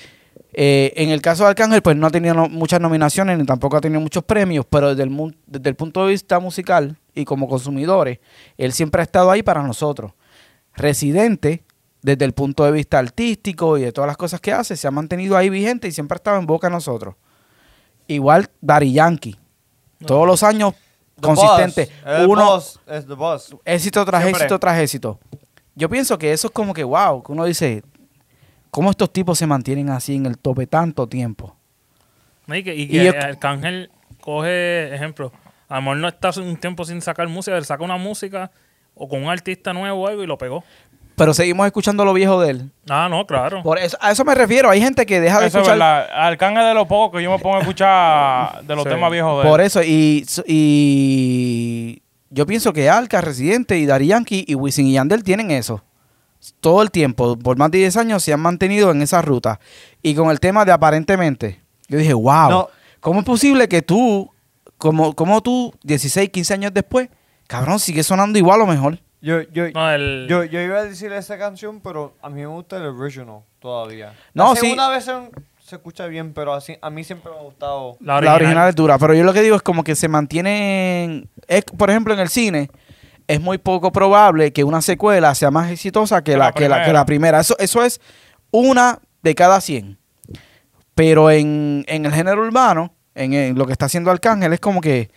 S1: Eh, en el caso de Arcángel, pues no ha tenido no- muchas nominaciones ni tampoco ha tenido muchos premios, pero desde el, mun- desde el punto de vista musical y como consumidores, él siempre ha estado ahí para nosotros. Residente, desde el punto de vista artístico y de todas las cosas que hace, se ha mantenido ahí vigente y siempre ha estado en boca de nosotros. Igual Dari Yankee, todos los años
S4: The
S1: consistente.
S4: Boss. El
S1: Uno,
S4: Boss es The Boss.
S1: éxito tras
S4: Siempre.
S1: éxito tras éxito. Yo pienso que eso es como que, wow, que uno dice, ¿cómo estos tipos se mantienen así en el tope tanto tiempo?
S2: No, y que, y
S1: Y
S2: que
S1: yo-
S2: Arcángel coge, ejemplo, a lo mejor no está un tiempo sin sacar música, él saca una música o con un artista nuevo o algo y lo pegó.
S1: Pero seguimos escuchando lo viejo de él.
S2: Ah, no, claro.
S1: Por eso, a eso me refiero. Hay gente que deja de
S3: Eso es
S1: escuchar.
S3: verdad. Arcángel de los pocos que yo me pongo a escuchar de los
S2: Sí.
S3: temas viejos de él.
S1: Por eso, y, y yo pienso que Alca, Residente y Dari Yankee y Wisin y Yandel tienen eso. Todo el tiempo, por más de 10 años, se han mantenido en esa ruta. Y con el tema de aparentemente, yo dije, wow,
S4: No.
S1: ¿cómo es posible que tú, como, como tú, 16, 15 años después, cabrón, sigue sonando igual o mejor?
S4: Yo, yo,
S2: No, el-
S4: yo, yo iba a decir esa canción, pero a mí me gusta el original todavía.
S1: No,
S4: la
S1: sí.
S4: segunda vez se, se escucha bien, pero así, a mí siempre me ha gustado.
S2: la
S1: La
S2: original.
S1: original es dura, pero yo lo que digo es como que se mantienen, es- por ejemplo, en el cine, es muy poco probable que una secuela sea más exitosa que,
S3: Que
S1: la,
S3: la
S1: que, la, que
S3: primera.
S1: la primera. Eso, eso es una de cada 100. Pero en, en el género urbano, en, en lo que está haciendo Arcángel, es como que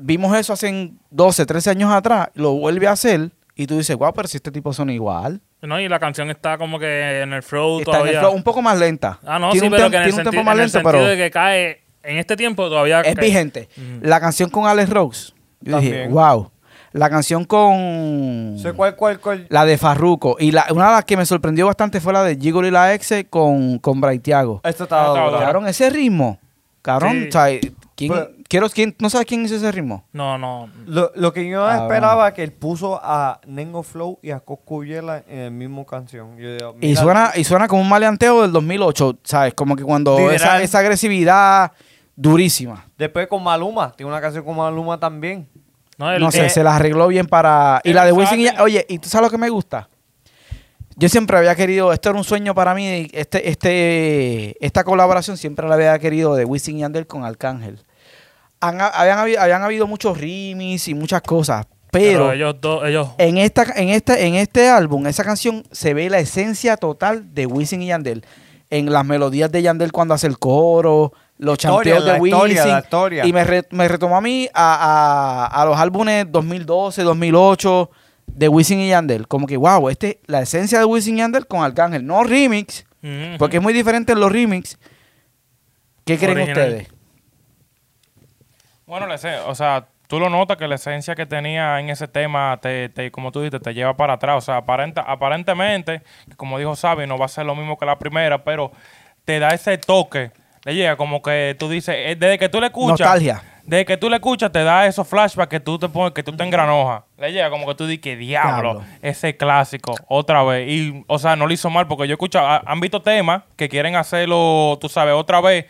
S1: vimos eso hace 12, 13 años atrás, lo vuelve a hacer y tú dices, wow, pero si este tipo son igual.
S2: No, y la canción está como que en el flow
S1: Está en el
S2: todavía.
S1: flow un poco más lenta.
S2: Ah, no, sí,
S1: Tiene un
S2: pero
S1: tem-
S2: que en el,
S1: tiene un
S2: senti-
S1: tempo más
S2: en el
S1: lento,
S2: sentido
S1: pero-
S2: de que cae en este tiempo todavía.
S1: es
S2: cae.
S1: vigente.
S2: Ujú.
S1: La canción con Alex Rose. Yo dije,
S4: También.
S1: wow. La canción con
S4: Sé cuál, cuál, cuál.
S1: la de Farruko. Y la, una de las que me sorprendió bastante fue la de Gigolo y la ex con, con Braithiago.
S4: Esta estaba
S3: Esta
S4: dura.
S3: dura.
S1: Cabrón, ese ritmo. Cabrón,
S2: Sí.
S1: o sea, ¿quién-
S4: Pero-
S1: quiero, quién- ¿no sabes quién hizo ese ritmo?
S2: No, no.
S4: Lo, lo que yo no
S1: Cabrón.
S4: esperaba que él puso a Nengo Flow y a Coscuyela en el mismo canción. Yo digo,
S1: Y
S4: mira,
S1: suena, y suena como un maleanteo del 2008, ¿sabes? Como que cuando
S4: Literal.
S1: esa, esa agresividad durísima.
S4: Después con Maluma, tiene una canción con Maluma también.
S2: No, el-
S1: no sé,
S2: eh,
S1: se las arregló bien para. Y
S3: el
S1: la de Wisin y
S3: Saturn-
S1: Oye, ¿y tú sabes lo que me gusta? Yo siempre había querido, esto era un sueño para mí, este, este, esta colaboración siempre la había querido de Wisin y Yandel con Arcángel. Han- habían, habi- habían habido muchos rimis y muchas cosas,
S2: pero,
S1: pero,
S2: ellos dos, ellos.
S1: en, esta, en, esta, en este álbum, esa canción, se ve la esencia total de Wisin y Yandel. En las melodías de Yandel cuando hace el coro, los
S4: Historia,
S1: chanteos de
S4: la historia,
S1: Wisin.
S4: la historia.
S1: Y me, re- me retomó a mí a, a- a los álbumes 2012, 2008 de Wisin y Yandel. Como que, wow, este, la esencia de Wisin y Yandel con Arcángel. No remix,
S2: Ujú.
S1: porque es muy diferente en los remix. ¿Qué creen
S2: Original.
S1: ustedes?
S3: Bueno, la esen- o sea, tú lo notas que la esencia que tenía en ese tema, te, te- como tú dices, te lleva para atrás. O sea, aparenta, aparentemente, como dijo Sabi, no va a ser lo mismo que la primera, pero te da ese toque. Le llega como que tú dices, eh, desde que tú le escuchas.
S1: Nostalgia.
S3: Desde que tú le escuchas, te da esos flashbacks que tú te pones, que tú te engranojas. Le llega como que tú dices, que diablo,
S1: Diablo.
S3: ese clásico, otra vez. Y, o sea, no lo hizo mal, porque yo he escuchado, ha- han visto temas que quieren hacerlo, tú sabes, otra vez,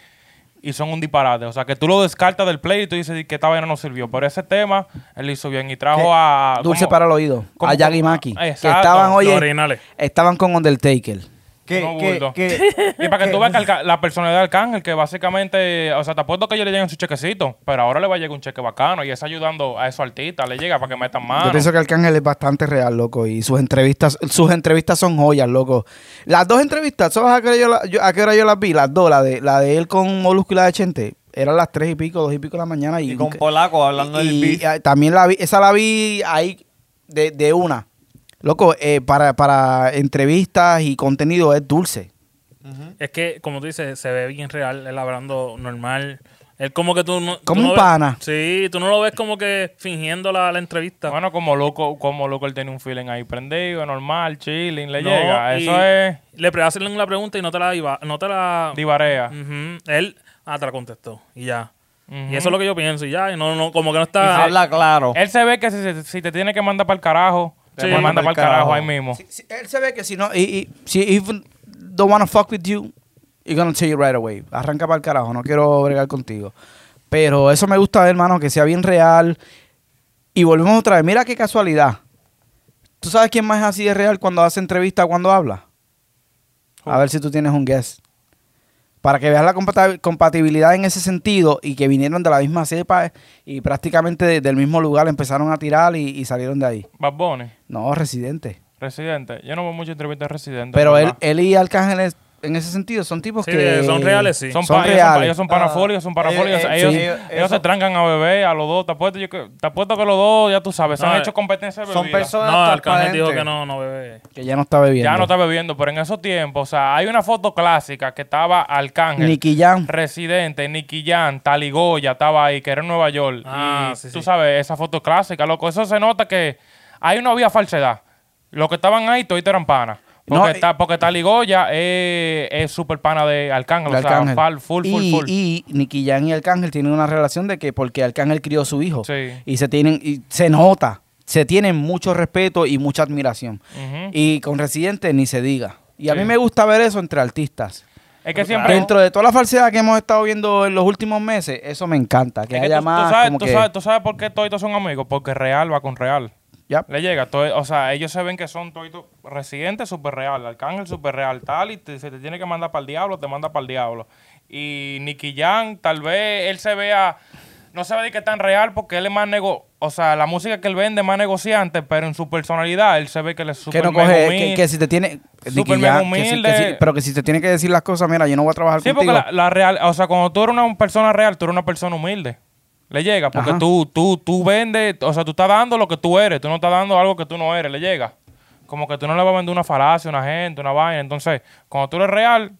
S3: y son un disparate. O sea, que tú lo descartas del play y tú dices que esta vaina no sirvió. Pero ese tema, él hizo bien y trajo
S2: Ah,
S3: a.
S1: Dulce
S3: ¿cómo?
S1: para el oído.
S3: ¿Cómo?
S1: A Yagi Maki. Que
S3: Exacto,
S1: estaban,
S2: los
S1: oye,
S2: originales.
S1: estaban con Undertaker.
S4: Que,
S3: No,
S4: que-
S3: bulto.
S4: que-
S3: Y para que tú veas que Arca- la personalidad de Arcángel, que básicamente, o sea, te apuesto que ellos le llegan su chequecito, pero ahora le va a llegar un cheque bacano y es ayudando a esos artistas, le llega para que metan
S1: Yo
S3: mano.
S1: pienso que Arcángel es bastante real, loco, y sus entrevistas, sus entrevistas son joyas, loco. Las dos entrevistas, ¿sabes a qué hora yo, la- yo- a qué hora yo las vi? Las dos, la de, la de él con Molusco y la de Chente. Eran las tres y pico, dos y pico de la mañana. Y,
S4: y con Polaco hablando
S1: y-
S4: del
S1: y,
S4: beat.
S1: ah, también la vi, esa la vi ahí de, de una. Loco, eh, para, para entrevistas y contenido es dulce.
S4: Ujú.
S2: Es que, como tú dices, se ve bien real, él hablando normal. Él como que tú no... tú
S1: Como
S2: no
S1: un
S2: ves-
S1: pana.
S2: sí, tú no lo ves como que fingiendo la, la entrevista.
S3: Bueno, como loco, como loco él tiene un feeling ahí prendido, normal, chilling, le
S2: No,
S3: llega.
S2: y
S3: Eso es
S2: Le pre- hacen la pregunta y no te la... iba- no te la
S3: divarea.
S2: Ujú. Él, ah, te la contestó y ya.
S3: Ujú.
S2: Mm. Y eso es lo que yo pienso y ya. Y no, no, como que no está...
S4: Habla claro.
S3: Él se ve que si, si- si te tiene que mandar para el carajo,
S2: Sí.
S3: te manda para el carajo ahí mismo.
S1: Si- si- él se ve que si no, y, y- si even don't wanna fuck with you, you're gonna tell you right away. Arranca para el carajo, no quiero bregar contigo. Pero eso me gusta, hermano, que sea bien real. Y volvemos otra vez. Mira qué casualidad. ¿Tú sabes quién más es así de real cuando hace entrevista, cuando habla? A ver si tú tienes un guess. Para que veas la compata- compatibilidad en ese sentido y que vinieron de la misma cepa y prácticamente de- del mismo lugar empezaron a tirar y, y salieron de ahí.
S3: Bad Bunny,
S1: No, residente.
S3: residente. Yo no veo mucha entrevista de residente.
S1: Pero él,
S3: ¿verdad?
S1: él y Arcángel es- en ese sentido, son tipos
S2: Sí,
S1: que...
S2: son reales, sí.
S3: Son,
S1: eh, Son
S3: pa- ellos, son pa-
S1: reales.
S3: ellos son parafólicos, son parafólicos.
S4: Ah,
S3: ellos,
S4: sí.
S3: ellos,
S4: Eso-
S3: se trancan a beber, a los dos. Te apuesto, yo que, te apuesto que los dos, ya tú sabes, se
S2: No,
S3: han
S2: eh,
S3: hecho competencia de
S4: Son
S3: bebida.
S4: personas
S2: No, Arcángel
S4: transparentes.
S2: dijo que no, no bebe.
S1: Que ya no está bebiendo.
S3: Ya no está bebiendo, pero en esos tiempos, o sea, hay una foto clásica que estaba Arcángel,
S1: Nicky Jam.
S3: Residente, Nicky Jam, Taligoya, estaba ahí, que era en Nueva York.
S2: Ah,
S3: y
S2: sí,
S3: tú
S2: sí.
S3: sabes, esa foto clásica, loco, eso se nota que ahí no había falsedad. Los que estaban ahí, todos eran panas.
S1: No,
S3: Porque,
S1: eh,
S3: ta- porque Taligoya es, es super pana de Arcángel,
S1: de
S3: o sea,
S1: Arcángel.
S3: fal- full, full,
S1: y,
S3: full.
S1: y Nicky Jam y Arcángel tienen una relación de que porque Arcángel crió a su hijo.
S3: Sí.
S1: Y se tienen, y se nota, se tienen mucho respeto y mucha admiración.
S3: Ujú.
S1: Y con Residente ni se diga. Y a
S3: Sí.
S1: mí me gusta ver eso entre artistas.
S3: Es que siempre...
S1: Dentro de toda la falsedad que hemos estado viendo en los últimos meses, eso me encanta. Que
S3: es que
S1: haya
S3: tú, tú
S1: más
S3: sabes,
S1: como
S3: tú
S1: que-
S3: sabes- tú sabes por qué todos son amigos, porque Real va con Real.
S1: Ya.
S3: Le llega, todo- o sea, ellos se ven que son toitos residentes super real, Arcángel super real, tal, y te- se te tiene que mandar para el diablo, te manda para el diablo. Y Nicky Jam, tal vez él se vea, no se ve de que tan real porque él es más nego, o sea, la música que él vende es más negociante, pero en su personalidad él se ve que él es
S1: que
S3: super
S1: no
S3: mega
S1: coge, que,
S3: humilde.
S1: que si te tiene. Nicky
S3: mega
S1: Jam, que si- que si-
S3: humilde.
S1: pero que si te tiene que decir las cosas, mira, yo no voy a trabajar
S3: Sí, porque
S1: contigo.
S3: la, la real, o sea, cuando tú eres una persona real, tú eres una persona humilde. Le llega, porque
S1: Ajá.
S3: tú, tú, tú vendes, o sea, tú estás dando lo que tú eres, tú no estás dando algo que tú no eres, le llega. Como que tú no le vas a vender una falacia, una gente, una vaina. Entonces, cuando tú eres real,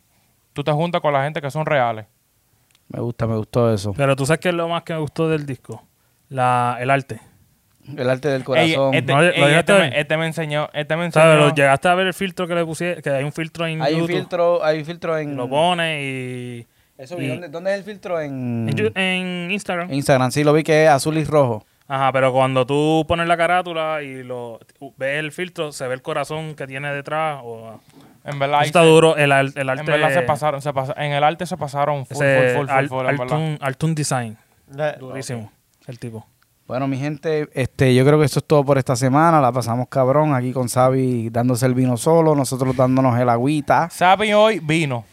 S3: tú te juntas con la gente que son reales.
S1: Me gusta, me gustó eso.
S2: Pero tú sabes que es lo más que me gustó del disco. La, el arte.
S1: El arte del
S3: Ey,
S1: corazón.
S3: este,
S2: No, lo
S3: ey,
S2: llegaste
S3: este
S2: a ver.
S3: me, este me enseñó, este me enseñó.
S2: ¿Sabes? Lo- Llegaste a ver el filtro que le pusieron, que hay un filtro en
S1: hay un
S2: YouTube.
S1: filtro, hay un filtro en.
S2: Lo pone y...
S1: Eso,
S2: y-
S1: ¿y ¿dónde, dónde es el filtro? En,
S2: En, Yu-
S3: Mm.
S2: en Instagram.
S1: Instagram, sí, lo vi que es azul y rojo.
S2: Ajá, pero cuando tú pones la carátula y lo ves el filtro, se ve el corazón que tiene detrás. O, ah,
S3: en
S2: Eso
S3: verdad,
S2: está
S3: ahí
S2: duro. El, al- el
S3: se-
S2: arte...
S3: en verdad se pasaron, se pasa- en el arte se pasaron full,
S2: ese
S3: full, full, full,
S2: al-
S3: full, en verdad.
S2: Altun- Altun Design.
S4: Ya,
S2: Durísimo. El tipo.
S1: Bueno, mi gente, este, yo creo que eso es todo por esta semana. La pasamos cabrón aquí con Xavi dándose el vino solo, nosotros dándonos el agüita.
S3: Sabi hoy vino.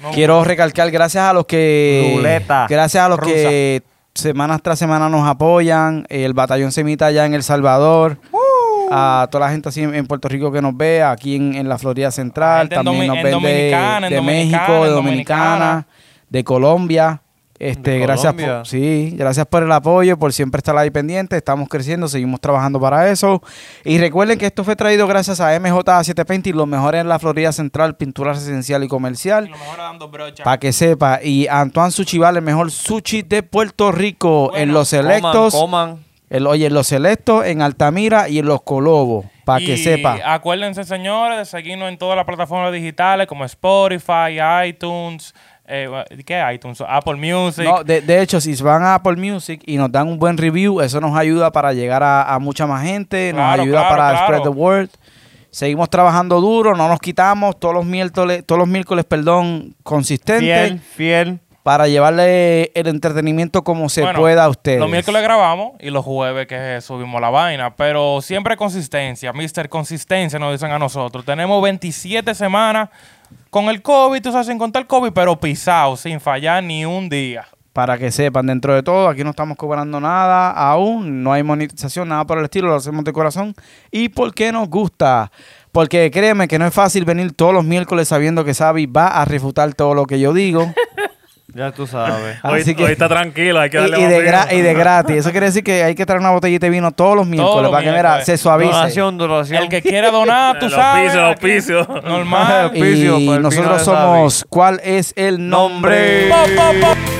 S3: No-
S1: Quiero recalcar, gracias a los que.
S4: Ruleta
S1: Gracias a los que semana tras semana nos apoyan. El batallón Semita allá en El Salvador. A toda la gente así en en Puerto Rico que nos ve, aquí en, en la Florida Central,
S3: Gente en
S1: también
S3: Domi-
S1: nos
S3: en
S1: ven de-
S3: Dominicana, en
S1: de,
S3: Dominicana,
S1: México, de
S3: en
S1: Dominicana,
S3: Dominicana.
S1: de Colombia. Este,
S4: De
S1: gracias
S4: Colombia.
S1: por, sí, gracias por el apoyo, por siempre estar ahí pendiente. Estamos creciendo, seguimos trabajando para eso. Y recuerden que esto fue traído gracias a MJ720 y lo mejor en la Florida Central, pintura residencial y comercial.
S3: lo mejor dando brocha.
S1: Para que sepa. Y Antoine Suchival, el mejor sushi de Puerto Rico en los selectos.
S4: Coman, coman.
S1: El, oye, en los selectos, en Altamira y en los Colobos. Para que
S3: Y ah,
S1: sepa.
S3: Acuérdense, señores, de seguirnos en todas las plataformas digitales como Spotify, iTunes, eh, ¿qué iTunes? Apple Music.
S1: No, de, de hecho, si van a Apple Music y nos dan un buen review, eso nos ayuda para llegar a, a mucha más gente,
S3: Claro,
S1: nos ayuda
S3: claro,
S1: para
S3: claro.
S1: spread the word. Seguimos trabajando duro, no nos quitamos todos los miércoles, todos los miércoles, perdón, consistente
S4: Fiel, fiel.
S1: para llevarle el entretenimiento como se
S3: Bueno,
S1: pueda a ustedes.
S3: Los miércoles grabamos y los jueves que subimos la vaina. Pero siempre consistencia, Mr. Consistencia nos dicen a nosotros. Tenemos 27 semanas con el COVID, tú sabes, sin contar el COVID, pero pisado, sin fallar ni un día.
S1: Para que sepan, dentro de todo, aquí no estamos cobrando nada aún, no hay monetización, nada por el estilo, lo hacemos de corazón. ¿Y porque nos gusta? Porque créeme que no es fácil venir todos los miércoles sabiendo que Xavi va a refutar todo lo que yo digo.
S4: Ya tú sabes.
S2: Hoy,
S1: Así que-
S2: hoy está tranquilo, hay
S1: y,
S2: que darle
S1: y
S2: más
S1: de
S2: brillo.
S1: gra- y de gratis. Eso quiere decir que hay que traer una botellita de vino todos los miércoles
S3: los
S1: para que, mira,
S3: miércoles.
S1: se suavice.
S4: Donación, donación.
S3: El que quiera donar, tú
S2: Los
S3: sabes.
S2: pisos, los
S3: aquí,
S2: pisos.
S3: Normal.
S1: Y
S4: Auspicio para el vino
S1: nosotros
S4: de
S1: somos, ¿cuál es el nombre?
S4: Nombre.
S3: Pop, pop, pop.